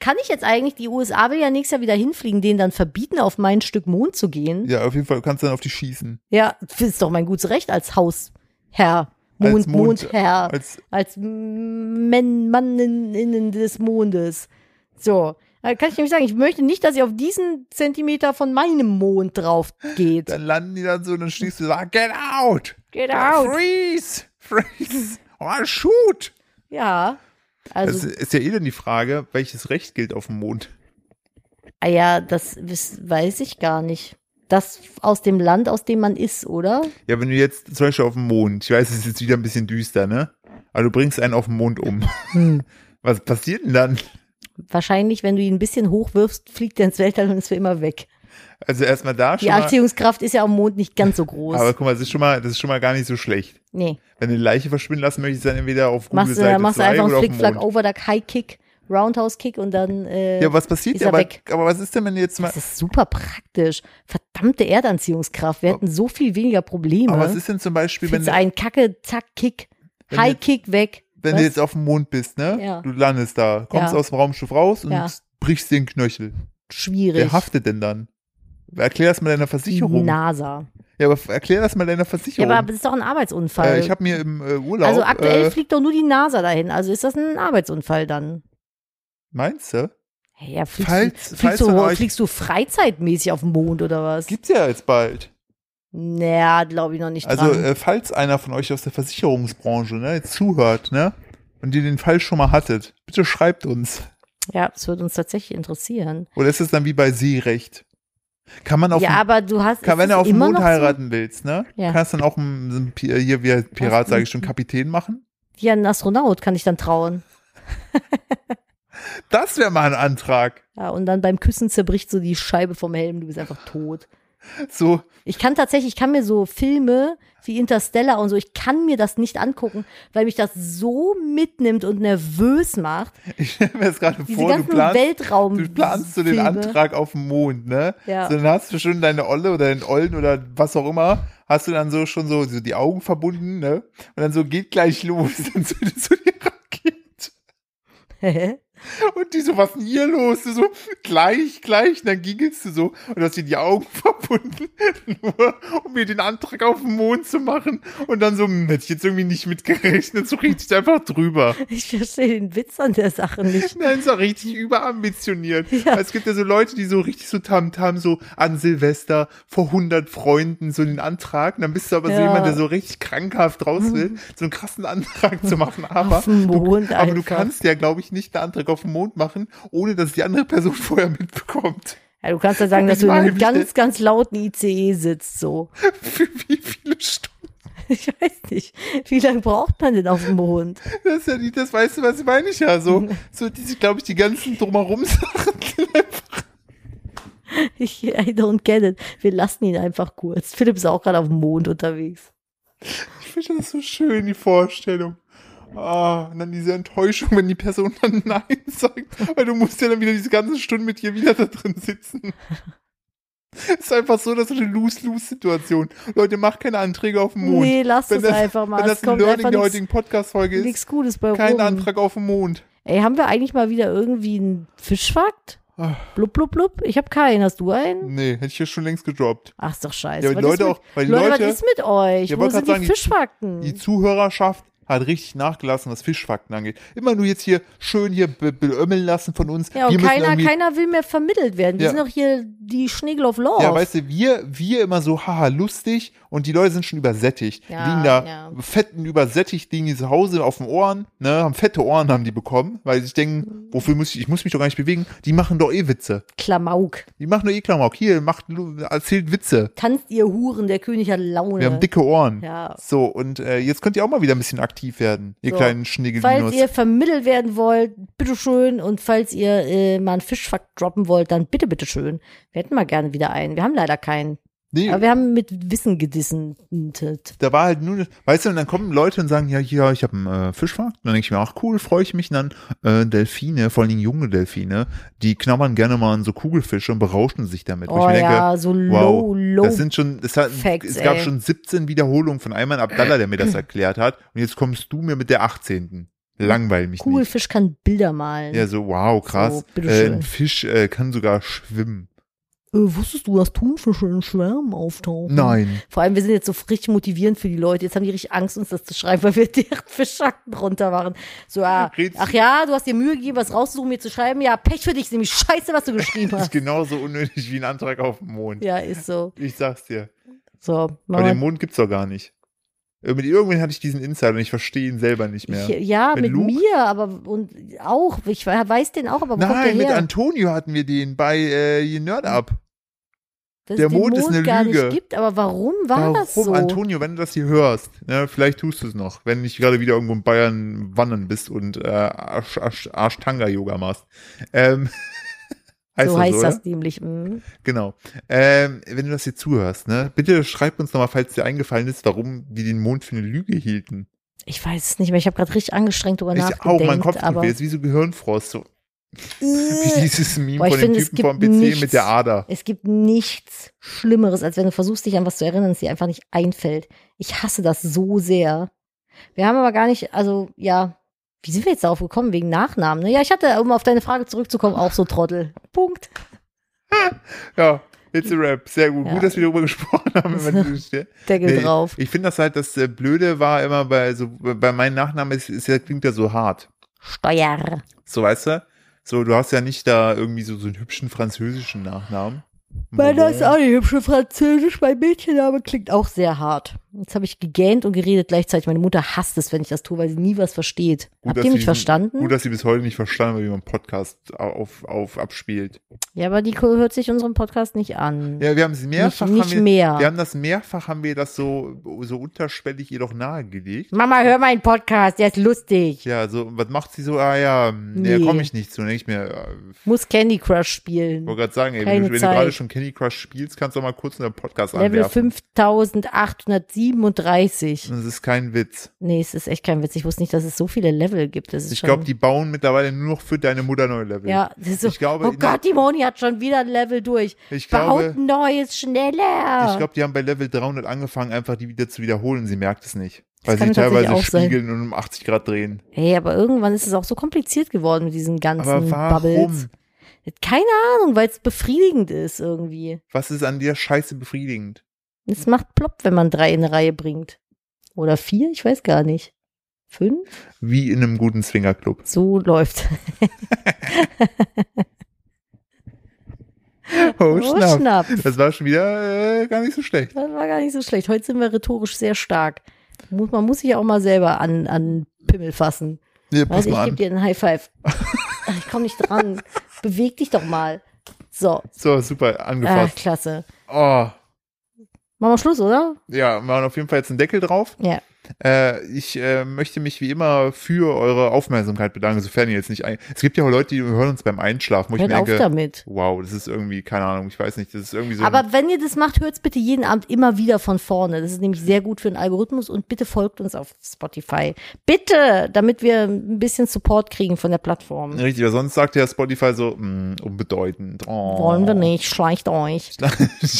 Speaker 2: Kann ich jetzt eigentlich, die USA will ja nächstes Jahr wieder hinfliegen, denen dann verbieten, auf mein Stück Mond zu gehen?
Speaker 1: Ja, auf jeden Fall kannst du dann auf die schießen.
Speaker 2: Ja, das ist doch mein gutes Recht als Hausherr.
Speaker 1: Als
Speaker 2: Mond,
Speaker 1: Mond-
Speaker 2: Mondherr.
Speaker 1: Als
Speaker 2: Als Men Manninnen innen des Mondes. So. Da kann ich nämlich sagen, ich möchte nicht, dass ihr auf diesen Zentimeter von meinem Mond drauf geht.
Speaker 1: Dann landen die dann so und dann schließt du sagen, get out!
Speaker 2: Get out.
Speaker 1: Freeze! Freeze! Oh, shoot!
Speaker 2: Ja.
Speaker 1: Das
Speaker 2: Also,
Speaker 1: ist ja eh dann die Frage, welches Recht gilt auf dem Mond?
Speaker 2: ah ja, das wiss- weiß ich gar nicht. Das aus dem Land, aus dem man ist, oder?
Speaker 1: Ja, wenn du jetzt zum Beispiel auf dem Mond, ich weiß, es ist jetzt wieder ein bisschen düster, ne? Aber du bringst einen auf dem Mond um.
Speaker 2: Hm.
Speaker 1: Was passiert denn dann?
Speaker 2: Wahrscheinlich, wenn du ihn ein bisschen hochwirfst, fliegt er ins Weltall und ist für immer weg.
Speaker 1: Also erstmal da schon
Speaker 2: Die
Speaker 1: mal,
Speaker 2: Anziehungskraft ist ja am Mond nicht ganz so groß.
Speaker 1: aber guck mal, das ist schon mal, das ist schon mal gar nicht so schlecht.
Speaker 2: nee.
Speaker 1: Wenn du eine Leiche verschwinden lassen möchtest, dann entweder auf Google
Speaker 2: Machst,
Speaker 1: Seite
Speaker 2: du, machst du
Speaker 1: 2
Speaker 2: einfach
Speaker 1: oder
Speaker 2: einen
Speaker 1: auf dem
Speaker 2: Flickflack,
Speaker 1: Mond.
Speaker 2: Overduck, High Kick, Roundhouse Kick und dann. Äh,
Speaker 1: Ja, was passiert
Speaker 2: ist
Speaker 1: denn?
Speaker 2: er
Speaker 1: Aber,
Speaker 2: weg.
Speaker 1: aber was ist denn, wenn du jetzt mal,
Speaker 2: das ist super praktisch. Verdammte Erdanziehungskraft. Wir hätten so viel weniger Probleme.
Speaker 1: aber was ist denn zum Beispiel, wenn
Speaker 2: Findest du einen Kacke, Zack, Kick,
Speaker 1: Wenn
Speaker 2: High
Speaker 1: du-
Speaker 2: Kick weg.
Speaker 1: Wenn
Speaker 2: was?
Speaker 1: du jetzt auf dem Mond bist, ne?
Speaker 2: Ja.
Speaker 1: Du landest da, kommst
Speaker 2: Ja.
Speaker 1: aus dem Raumschiff raus und
Speaker 2: Ja.
Speaker 1: brichst den Knöchel.
Speaker 2: Schwierig.
Speaker 1: Wer haftet denn dann? Erklär das mal deiner
Speaker 2: Die
Speaker 1: Versicherung.
Speaker 2: NASA.
Speaker 1: Ja, aber erklär das mal deiner
Speaker 2: Ja,
Speaker 1: Versicherung.
Speaker 2: aber das ist doch ein Arbeitsunfall.
Speaker 1: äh, ich habe mir im äh, Urlaub.
Speaker 2: also aktuell
Speaker 1: äh,
Speaker 2: fliegt doch nur die NASA dahin. Also ist das ein Arbeitsunfall dann?
Speaker 1: meinst du?
Speaker 2: Hey, Ja, fliegst,
Speaker 1: Falls-
Speaker 2: du,
Speaker 1: falls
Speaker 2: fliegst,
Speaker 1: von
Speaker 2: du,
Speaker 1: euch-
Speaker 2: fliegst du freizeitmäßig auf den Mond oder was?
Speaker 1: Gibt's ja jetzt bald.
Speaker 2: Naja, glaube ich noch nicht
Speaker 1: Also,
Speaker 2: dran.
Speaker 1: äh, falls einer von euch aus der Versicherungsbranche ne, jetzt zuhört, ne? Und ihr den Fall schon mal hattet, bitte schreibt uns.
Speaker 2: ja, es würde uns tatsächlich interessieren.
Speaker 1: Oder ist es dann wie bei Seerecht? Kann man auf
Speaker 2: ja,
Speaker 1: dem-
Speaker 2: aber du hast.
Speaker 1: Kann,
Speaker 2: ist
Speaker 1: wenn
Speaker 2: das
Speaker 1: du auf dem
Speaker 2: immer
Speaker 1: Mond
Speaker 2: noch so?
Speaker 1: heiraten willst, ne?
Speaker 2: Ja.
Speaker 1: Kannst dann auch einen, einen Pi- äh, hier wie ein Pirat, sage ich schon, Kapitän machen?
Speaker 2: Ja, ein Astronaut kann ich dann trauen.
Speaker 1: Das wäre mal ein Antrag.
Speaker 2: Ja, und dann beim Küssen zerbricht so die Scheibe vom Helm, du bist einfach tot.
Speaker 1: So,
Speaker 2: Ich kann tatsächlich, ich kann mir so Filme wie Interstellar und so, ich kann mir das nicht angucken, weil mich das so mitnimmt und nervös macht.
Speaker 1: ich stelle mir das gerade
Speaker 2: Diese
Speaker 1: vor, du
Speaker 2: ganzen
Speaker 1: planst,
Speaker 2: Weltraum.
Speaker 1: du planst so den
Speaker 2: Filme.
Speaker 1: Antrag auf den Mond, ne?
Speaker 2: Ja.
Speaker 1: So, dann hast du schon deine Olle oder den Ollen oder was auch immer, hast du dann so schon so, so die Augen verbunden, ne? Und dann so geht gleich los, dann so, so die Rakete.
Speaker 2: Hä?
Speaker 1: Und die so, was ist denn hier los? Du so, gleich, gleich. Und dann gingst du so und hast dir die Augen verbunden, nur um mir den Antrag auf den Mond zu machen. Und dann so, hm, hätte ich jetzt irgendwie nicht mitgerechnet, so richtig einfach drüber.
Speaker 2: ich verstehe den Witz an der Sache nicht.
Speaker 1: Nein, so richtig überambitioniert.
Speaker 2: Ja.
Speaker 1: Es gibt ja so Leute, die so richtig so tamtam, so an Silvester vor 100 Freunden so den Antrag. Und dann bist du aber so
Speaker 2: Ja. Mhm.
Speaker 1: jemand, der so richtig krankhaft raus will, so einen krassen Antrag zu machen. Aber
Speaker 2: Auf den Mond
Speaker 1: aber du
Speaker 2: einfach.
Speaker 1: kannst ja, glaube ich, nicht einen Antrag auf den Mond machen, ohne dass die andere Person vorher mitbekommt.
Speaker 2: Ja, du kannst ja sagen, dass du in einem ganz, ganz lauten ICE sitzt, so.
Speaker 1: Für wie viele Stunden?
Speaker 2: Ich weiß nicht. Wie lange braucht man denn auf dem Mond?
Speaker 1: Das ist ja nicht das Weißt du, was meine ich ja. So, so diese, glaube ich, die ganzen Drumherum-Sachen. sind einfach-
Speaker 2: Ich, I don't get it. Wir lassen ihn einfach kurz. Philipp ist auch gerade auf dem Mond unterwegs.
Speaker 1: Ich finde das so schön, die Vorstellung. Ah, und dann diese Enttäuschung, wenn die Person dann Nein sagt, weil du musst ja dann wieder diese ganzen Stunden mit ihr wieder da drin sitzen. ist einfach so, dass so eine Lose-Lose-Situation. Leute, macht keine Anträge auf den Mond.
Speaker 2: Nee, lass
Speaker 1: Wenn
Speaker 2: das,
Speaker 1: das-
Speaker 2: einfach mal.
Speaker 1: Wenn das
Speaker 2: Es
Speaker 1: ein
Speaker 2: kommt
Speaker 1: Learning
Speaker 2: einfach
Speaker 1: der
Speaker 2: nichts,
Speaker 1: heutigen Podcast-Folge ist,
Speaker 2: nichts Gutes bei
Speaker 1: kein
Speaker 2: rum.
Speaker 1: Antrag auf den Mond.
Speaker 2: Ey, haben wir eigentlich mal wieder irgendwie einen Fischfakt?
Speaker 1: Ach.
Speaker 2: Blub, blub, blub. Ich habe keinen. Hast du einen?
Speaker 1: Nee, hätte ich ja schon längst gedroppt.
Speaker 2: Ach, ist doch scheiße.
Speaker 1: Ja, weil die
Speaker 2: Was ist
Speaker 1: Leute
Speaker 2: mit,
Speaker 1: auch, weil die
Speaker 2: Leute,
Speaker 1: Leute,
Speaker 2: was ist mit euch?
Speaker 1: Ja,
Speaker 2: Wo
Speaker 1: wollte
Speaker 2: sind
Speaker 1: grad
Speaker 2: die
Speaker 1: sagen, die-
Speaker 2: Fischfakten?
Speaker 1: die Zuhörerschaft hat richtig nachgelassen, was Fischfakten angeht. Immer nur jetzt hier schön hier be- beömmeln lassen von uns.
Speaker 2: ja,
Speaker 1: wir
Speaker 2: und
Speaker 1: müssen
Speaker 2: keiner,
Speaker 1: irgendwie-
Speaker 2: keiner will mehr vermittelt werden. Wir
Speaker 1: Ja.
Speaker 2: sind doch hier die Schnegel of Law.
Speaker 1: Ja, weißt du, wir, wir immer so, haha, lustig und die Leute sind schon übersättigt.
Speaker 2: Ja,
Speaker 1: liegen da
Speaker 2: ja.
Speaker 1: fetten, übersättigt, liegen die zu Hause auf den Ohren, ne, haben fette Ohren haben die bekommen, weil sie sich denken, wofür muss ich, ich muss mich doch gar nicht bewegen, die machen doch eh Witze.
Speaker 2: Klamauk.
Speaker 1: Die machen nur eh Klamauk. Hier, macht, erzählt Witze.
Speaker 2: Tanzt ihr Huren, der König hat Laune.
Speaker 1: Wir haben dicke Ohren.
Speaker 2: Ja.
Speaker 1: So, und äh, jetzt könnt ihr auch mal wieder ein bisschen aktiv werden, ihr
Speaker 2: So.
Speaker 1: kleinen
Speaker 2: Falls
Speaker 1: Schniggelinos.
Speaker 2: ihr vermittelt werden wollt, bitteschön. Und falls ihr äh, mal einen Fischfakt droppen wollt, dann bitte, bitteschön. Wir hätten mal gerne wieder einen. Wir haben leider keinen.
Speaker 1: Nee,
Speaker 2: Aber wir haben mit Wissen gedissen.
Speaker 1: da war halt nur, weißt du, und dann kommen Leute und sagen, ja, hier, ich habe einen äh, Fischmarkt. Und dann denke ich mir, ach cool, freue ich mich. Und dann äh, Delfine, vor allen Dingen junge Delfine, die knabbern gerne mal an so Kugelfische und berauschen sich damit. Wo
Speaker 2: Oh
Speaker 1: ich mir
Speaker 2: ja,
Speaker 1: denke,
Speaker 2: so low,
Speaker 1: wow,
Speaker 2: low.
Speaker 1: das sind schon, es, hat,
Speaker 2: Facts,
Speaker 1: es gab
Speaker 2: ey.
Speaker 1: schon 17 Wiederholungen von Ayman Abdallah, der mir das erklärt hat. Und jetzt kommst du mir mit der 18. Langweil mich nicht.
Speaker 2: Kugelfisch kann Bilder malen. Äh,
Speaker 1: Ja, so, wow, krass.
Speaker 2: So, bitteschön.
Speaker 1: äh, ein Fisch äh, kann sogar schwimmen.
Speaker 2: Äh, wusstest du, dass Thunfische in Schwärmen auftauchen?
Speaker 1: Nein.
Speaker 2: Vor allem, wir sind jetzt so richtig motivierend für die Leute. Jetzt haben die richtig Angst, uns das zu schreiben, weil wir deren Fischakten runter machen. So, ah,
Speaker 1: Redst
Speaker 2: ach
Speaker 1: du-
Speaker 2: ja, du hast dir Mühe gegeben, was rauszusuchen, mir zu schreiben. Ja, Pech für dich, ist nämlich scheiße, was du geschrieben
Speaker 1: Das ist
Speaker 2: hast.
Speaker 1: genauso unnötig wie ein Antrag auf den Mond.
Speaker 2: Ja, ist so.
Speaker 1: Ich sag's dir.
Speaker 2: So,
Speaker 1: Aber
Speaker 2: machen
Speaker 1: den Mond gibt's doch gar nicht. Äh, Mit irgendwann hatte ich diesen Insight und ich verstehe ihn selber nicht
Speaker 2: wir-
Speaker 1: mehr.
Speaker 2: ich, ja,
Speaker 1: Mit
Speaker 2: mit
Speaker 1: Luke?
Speaker 2: mir, aber und auch, ich weiß den auch, aber wo kommt der
Speaker 1: Nein, mit
Speaker 2: her?
Speaker 1: Antonio hatten wir den bei äh, Nerd Up.
Speaker 2: Dass
Speaker 1: der
Speaker 2: es den
Speaker 1: Mond ist eine
Speaker 2: gar
Speaker 1: Lüge.
Speaker 2: nicht gibt, aber warum war
Speaker 1: Warum,
Speaker 2: das so?
Speaker 1: Antonio, wenn du das hier hörst, ne, vielleicht tust du es noch, wenn du nicht gerade wieder irgendwo in Bayern wandern bist und äh, Asch- Asch- Ashtanga-Yoga machst. Ähm, heißt
Speaker 2: so heißt
Speaker 1: oder?
Speaker 2: das nämlich. Mhm.
Speaker 1: Genau. Ähm, wenn du das hier zuhörst, ne, bitte schreib uns nochmal, falls dir eingefallen ist, warum wir den Mond für eine Lüge hielten.
Speaker 2: Ich weiß es nicht mehr. Ich habe gerade richtig angestrengt drüber
Speaker 1: Ich
Speaker 2: nachgedacht.
Speaker 1: auch, mein Kopf tut
Speaker 2: aber
Speaker 1: weh, ist wie so Gehirnfrost, so wie
Speaker 2: Äh.
Speaker 1: dieses Meme
Speaker 2: Boah, ich
Speaker 1: von dem
Speaker 2: finde, es
Speaker 1: Typen vom PC
Speaker 2: gibt nichts.
Speaker 1: mit der Ader.
Speaker 2: es gibt nichts Schlimmeres, als wenn du versuchst, dich an was zu erinnern, es dir einfach nicht einfällt. Ich hasse das so sehr. Wir haben aber gar nicht, also ja, wie sind wir jetzt darauf gekommen wegen Nachnamen? Ne? Ja, ich hatte, um auf deine Frage zurückzukommen, auch so Trottel. Punkt.
Speaker 1: Ja, it's a rap, sehr gut.
Speaker 2: Ja.
Speaker 1: Gut, dass wir darüber gesprochen haben. Wenn man diese Stelle-
Speaker 2: Deckel
Speaker 1: Nee,
Speaker 2: drauf.
Speaker 1: Ich finde das halt, das äh, Blöde war immer bei so, bei meinem Nachnamen ist, ist ja, klingt ja so hart.
Speaker 2: Steuer.
Speaker 1: So, weißt du? So, du hast ja nicht da irgendwie so, so einen hübschen französischen Nachnamen.
Speaker 2: Meiner ist auch nicht hübsch in Französisch. Mein Mädchenname klingt auch sehr hart. Jetzt habe ich gegähnt und geredet gleichzeitig. Meine Mutter hasst es, wenn ich das tue, weil sie nie was versteht.
Speaker 1: Gut,
Speaker 2: Habt
Speaker 1: dass
Speaker 2: ihr
Speaker 1: sie
Speaker 2: mich
Speaker 1: diesen-
Speaker 2: verstanden?
Speaker 1: Gut, dass sie bis heute nicht verstanden haben, wie man Podcast auf, auf abspielt.
Speaker 2: Ja, aber die hört sich unseren Podcast nicht an.
Speaker 1: Ja, wir haben es mehrfach.
Speaker 2: nicht
Speaker 1: haben wir,
Speaker 2: mehr.
Speaker 1: Wir haben das mehrfach, haben wir das so, so unterschwellig ihr doch nahegelegt.
Speaker 2: Mama, hör meinen Podcast, der ist lustig.
Speaker 1: Ja, so, was macht sie so? Ah ja, nee.
Speaker 2: Nee.
Speaker 1: komme ich nicht zu. Denke ich mir, äh,
Speaker 2: Muss Candy Crush
Speaker 1: wollte
Speaker 2: spielen.
Speaker 1: gerade sagen, ey, wenn,
Speaker 2: Keine
Speaker 1: du- wenn du
Speaker 2: Zeit.
Speaker 1: gerade schon Candy Crush spielst, kannst du doch mal kurz in den Podcast
Speaker 2: Level
Speaker 1: anwerfen.
Speaker 2: 5837.
Speaker 1: Das ist kein Witz.
Speaker 2: Nee, es ist echt kein Witz. Ich wusste nicht, dass es so viele Level gibt. Das ist
Speaker 1: Ich
Speaker 2: schon-
Speaker 1: glaube, die bauen mittlerweile nur noch für deine Mutter neue Level.
Speaker 2: Ja, das ist so,
Speaker 1: Ich glaube,
Speaker 2: oh
Speaker 1: in-
Speaker 2: Gott, die Moni hat schon wieder ein Level durch.
Speaker 1: Ich
Speaker 2: Baut
Speaker 1: glaube,
Speaker 2: ein neues, schneller.
Speaker 1: ich glaube, die haben bei Level 300 angefangen, einfach die wieder zu wiederholen. Sie merkt es nicht. Weil
Speaker 2: kann
Speaker 1: sie
Speaker 2: tatsächlich
Speaker 1: teilweise
Speaker 2: auch sein.
Speaker 1: spiegeln und um 80 Grad drehen.
Speaker 2: Hey, aber irgendwann ist es auch so kompliziert geworden mit diesen ganzen
Speaker 1: Aber
Speaker 2: Bubbles.
Speaker 1: warum?
Speaker 2: Keine Ahnung, weil es befriedigend ist irgendwie.
Speaker 1: Was ist an dir scheiße befriedigend?
Speaker 2: Es macht plopp, wenn man drei in eine Reihe bringt. Oder vier, ich weiß gar nicht. Fünf?
Speaker 1: Wie in einem guten Swingerclub.
Speaker 2: So läuft.
Speaker 1: Oh, schnapp.
Speaker 2: schnapp.
Speaker 1: Das war schon wieder äh, gar nicht so schlecht.
Speaker 2: Das war gar nicht so schlecht. Heute sind wir rhetorisch sehr stark. Muss, man muss sich ja auch mal selber an, an Pimmel fassen.
Speaker 1: Ja, pass
Speaker 2: Weißt, du,
Speaker 1: mal
Speaker 2: ich gebe
Speaker 1: an.
Speaker 2: dir einen High Five. Ach, Ich komme nicht dran. Beweg dich doch mal. So.
Speaker 1: So, super,
Speaker 2: Ach,
Speaker 1: angefasst.
Speaker 2: klasse.
Speaker 1: Oh,
Speaker 2: Machen wir Schluss, oder?
Speaker 1: ja, wir machen auf jeden Fall jetzt einen Deckel drauf.
Speaker 2: Ja.
Speaker 1: Äh, ich äh, möchte mich wie immer für eure Aufmerksamkeit bedanken, sofern ihr jetzt nicht ein. Es gibt ja auch Leute, die hören uns beim Einschlafen, wo ich
Speaker 2: Hört
Speaker 1: mir
Speaker 2: auf
Speaker 1: denke,
Speaker 2: damit.
Speaker 1: wow, das ist irgendwie, keine Ahnung, ich weiß nicht, das ist irgendwie so. ein,
Speaker 2: Aber wenn ihr das macht, hört's bitte jeden Abend immer wieder von vorne. Das ist nämlich sehr gut für den Algorithmus und bitte folgt uns auf Spotify. Bitte, damit wir ein bisschen Support kriegen von der Plattform.
Speaker 1: richtig, weil sonst sagt ja Spotify so, mh, unbedeutend. Oh,
Speaker 2: Wollen wir nicht, schleicht euch.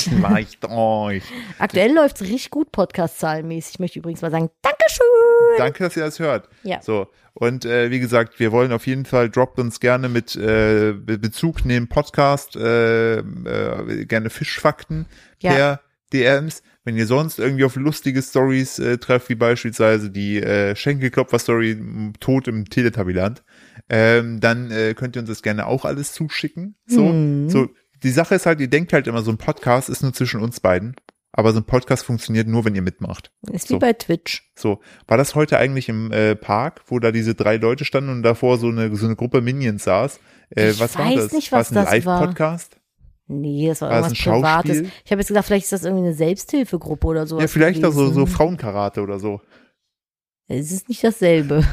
Speaker 1: Schleicht euch.
Speaker 2: Aktuell läuft's richtig gut podcast-zahlenmäßig. Ich möchte übrigens mal sagen, Dankeschön.
Speaker 1: Danke, dass ihr das hört.
Speaker 2: Ja.
Speaker 1: So, und äh, wie gesagt, wir wollen auf jeden Fall, droppt uns gerne mit äh, Be- Bezug nehmen, Podcast, äh, äh, gerne Fischfakten
Speaker 2: Ja.
Speaker 1: per DMs. Wenn ihr sonst irgendwie auf lustige Stories äh, trefft, wie beispielsweise die äh, Schenkelklopfer-Story m, Tod im Teletubbyland, ähm, dann äh, könnt ihr uns das gerne auch alles zuschicken. So,
Speaker 2: Mhm.
Speaker 1: so, die Sache ist halt, ihr denkt halt immer, so ein Podcast ist nur zwischen uns beiden. Aber so ein Podcast funktioniert nur, wenn ihr mitmacht.
Speaker 2: Ist
Speaker 1: so.
Speaker 2: wie bei Twitch.
Speaker 1: So, war das heute eigentlich im äh, Park, wo da diese drei Leute standen und davor so eine, so eine Gruppe Minions saß? Äh,
Speaker 2: Ich
Speaker 1: was war
Speaker 2: weiß
Speaker 1: das?
Speaker 2: nicht,
Speaker 1: war
Speaker 2: was
Speaker 1: es ein
Speaker 2: das war.
Speaker 1: Live-Podcast?
Speaker 2: Nee, das war,
Speaker 1: War das
Speaker 2: irgendwas
Speaker 1: ein Schauspiel?
Speaker 2: Privates. Ich habe jetzt gedacht, vielleicht ist das irgendwie eine Selbsthilfegruppe oder so.
Speaker 1: Ja, vielleicht da so, so Frauenkarate oder so.
Speaker 2: Es ist nicht dasselbe.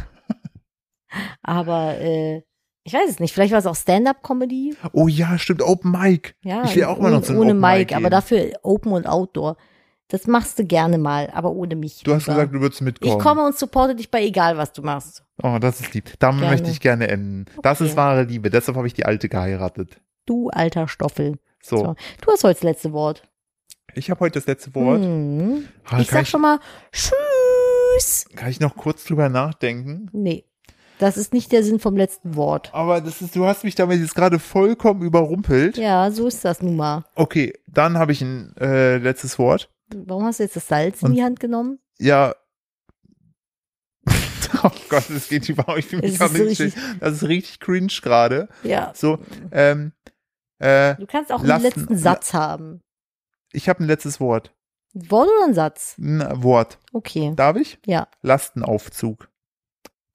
Speaker 2: Aber äh, ich weiß es nicht. Vielleicht war es auch Stand-up-Comedy.
Speaker 1: Oh ja, stimmt, Open Mic.
Speaker 2: Ja,
Speaker 1: Ich will auch mal
Speaker 2: ohne,
Speaker 1: noch so ein
Speaker 2: ohne
Speaker 1: Open Mic
Speaker 2: Mic,
Speaker 1: gehen.
Speaker 2: aber dafür Open und Outdoor. Das machst du gerne mal, aber ohne mich.
Speaker 1: Du hast
Speaker 2: lieber.
Speaker 1: gesagt, du würdest mitkommen.
Speaker 2: ich komme und supporte dich bei egal, was du machst.
Speaker 1: Oh, das ist lieb. Damit
Speaker 2: Gerne.
Speaker 1: möchte ich gerne enden. Das
Speaker 2: Okay.
Speaker 1: ist wahre Liebe. Deshalb habe ich die Alte geheiratet.
Speaker 2: Du alter Stoffel.
Speaker 1: So,
Speaker 2: So. Du hast heute das letzte Wort.
Speaker 1: ich habe heute das letzte Wort.
Speaker 2: Hm.
Speaker 1: Ah,
Speaker 2: Ich
Speaker 1: kann,
Speaker 2: sag
Speaker 1: ich,
Speaker 2: schon mal Tschüss.
Speaker 1: kann ich noch kurz drüber nachdenken?
Speaker 2: Nee, das ist nicht der Sinn vom letzten Wort.
Speaker 1: Aber das ist, du hast mich damit jetzt gerade vollkommen überrumpelt.
Speaker 2: Ja, so ist das nun mal.
Speaker 1: Okay, dann habe ich ein äh, letztes Wort.
Speaker 2: Warum hast du jetzt das Salz in
Speaker 1: Und-
Speaker 2: die Hand genommen?
Speaker 1: Ja. Oh Gott, es geht überhaupt. Ich fühle mich
Speaker 2: Es
Speaker 1: gerade
Speaker 2: ist so
Speaker 1: richtig. Das ist richtig cringe gerade.
Speaker 2: Ja.
Speaker 1: So, ähm, äh,
Speaker 2: Du kannst auch
Speaker 1: Lassen-
Speaker 2: einen letzten Satz haben.
Speaker 1: ich habe ein letztes Wort.
Speaker 2: Ein Wort oder ein Satz?
Speaker 1: Ein Wort.
Speaker 2: Okay.
Speaker 1: Darf ich?
Speaker 2: Ja.
Speaker 1: Lastenaufzug.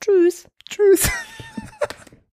Speaker 2: Tschüss.
Speaker 1: Tschüss.